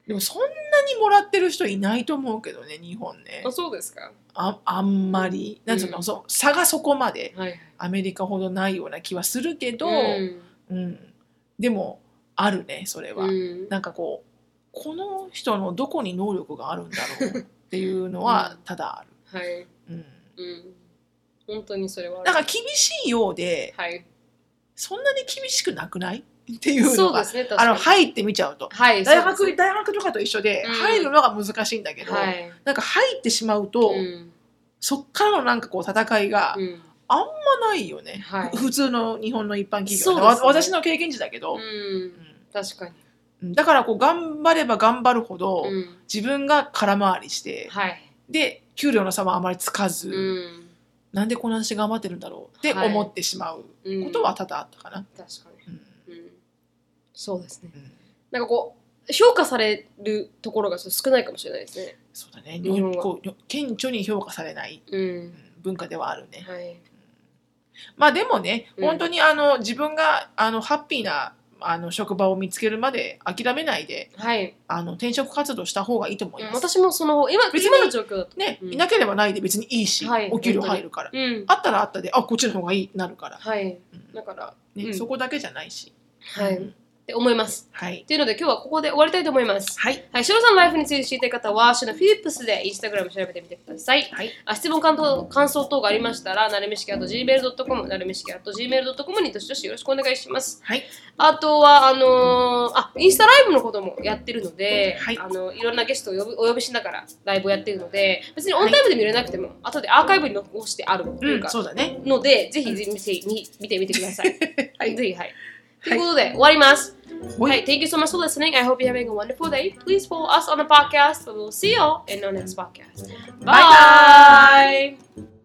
でもそんなにもらってる人いないと思うけどね日本ねあそうですかああんまりなんつうの、うんそう差がそこまではいはいアメリカほどないような気はするけど、うんうんでもあるねそれは、うんなんかこうこの人のどこに能力があるんだろうって <laughs> いうのはただある、はいうん、うん本当にそれはあるなんか厳しいようではいそんなに厳しくなくないっていうのそうがですね確あかのに入ってみちゃうとはい大そ学うです大学とかと一緒でうん入るのが難しいんだけど、はいなんか入ってしまうと、うんそっからのなんかこう戦いがうんあんまないよね、はいふ普通の日本の一般企業そうね、ですねわ私の経験値だけどう、ん確かにうんだからこう頑張れば頑張るほど、うん自分が空回りしてはいで給料の差もあまりつかず、うんなんでこんな私頑張ってるんだろうってはい思ってしまううんことは多々あったかな、確かにうんうんそうですね。うんなんかこう、評価されるところがちょっと少ないかもしれないですね。そうだね日本はこう顕著に評価されないうんう。ん文化ではあるね、はい。まあでもね、うん本当にあの自分があのハッピーなあの職場を見つけるまで諦めないではい。あの転職活動した方がいいと思いうんます。私もその、今、別に今の状況だと。ね、うんいなければないで別にいいし、はいお給料入るから。うん。あったらあったで、あ、こっちの方がいいなるから。はい。うんだから、ねうんそこだけじゃないし。はい。うっんて思います。はい。というので、今日はここで終わりたいと思います。はい。はい、シロさんのライフについて知りたい方は、シロフィリップスでインスタグラム調べてみてください。はい。あ質問感想感想等がありましたら、なるみしきあと gmail.com、なるみしきあと gmail.com にどしどしよろしくお願いします。はい。あとは、あのーあ、インスタライブのこともやってるので、はい、い、あの、いろんなゲストを呼ぶお呼びしながらライブをやってるので、別にオンタイムで見れなくても、後でアーカイブに残してあるといううんか、そうだね。ので、ぜひぜひ見てみてください。 <laughs> はいぜひ、はい。ということで、終わります。はい Hey, thank you so much for listening. I hope you're having a wonderful day. Please follow us on the podcast. We'll see you all in our next podcast. Bye. Bye-bye. Bye.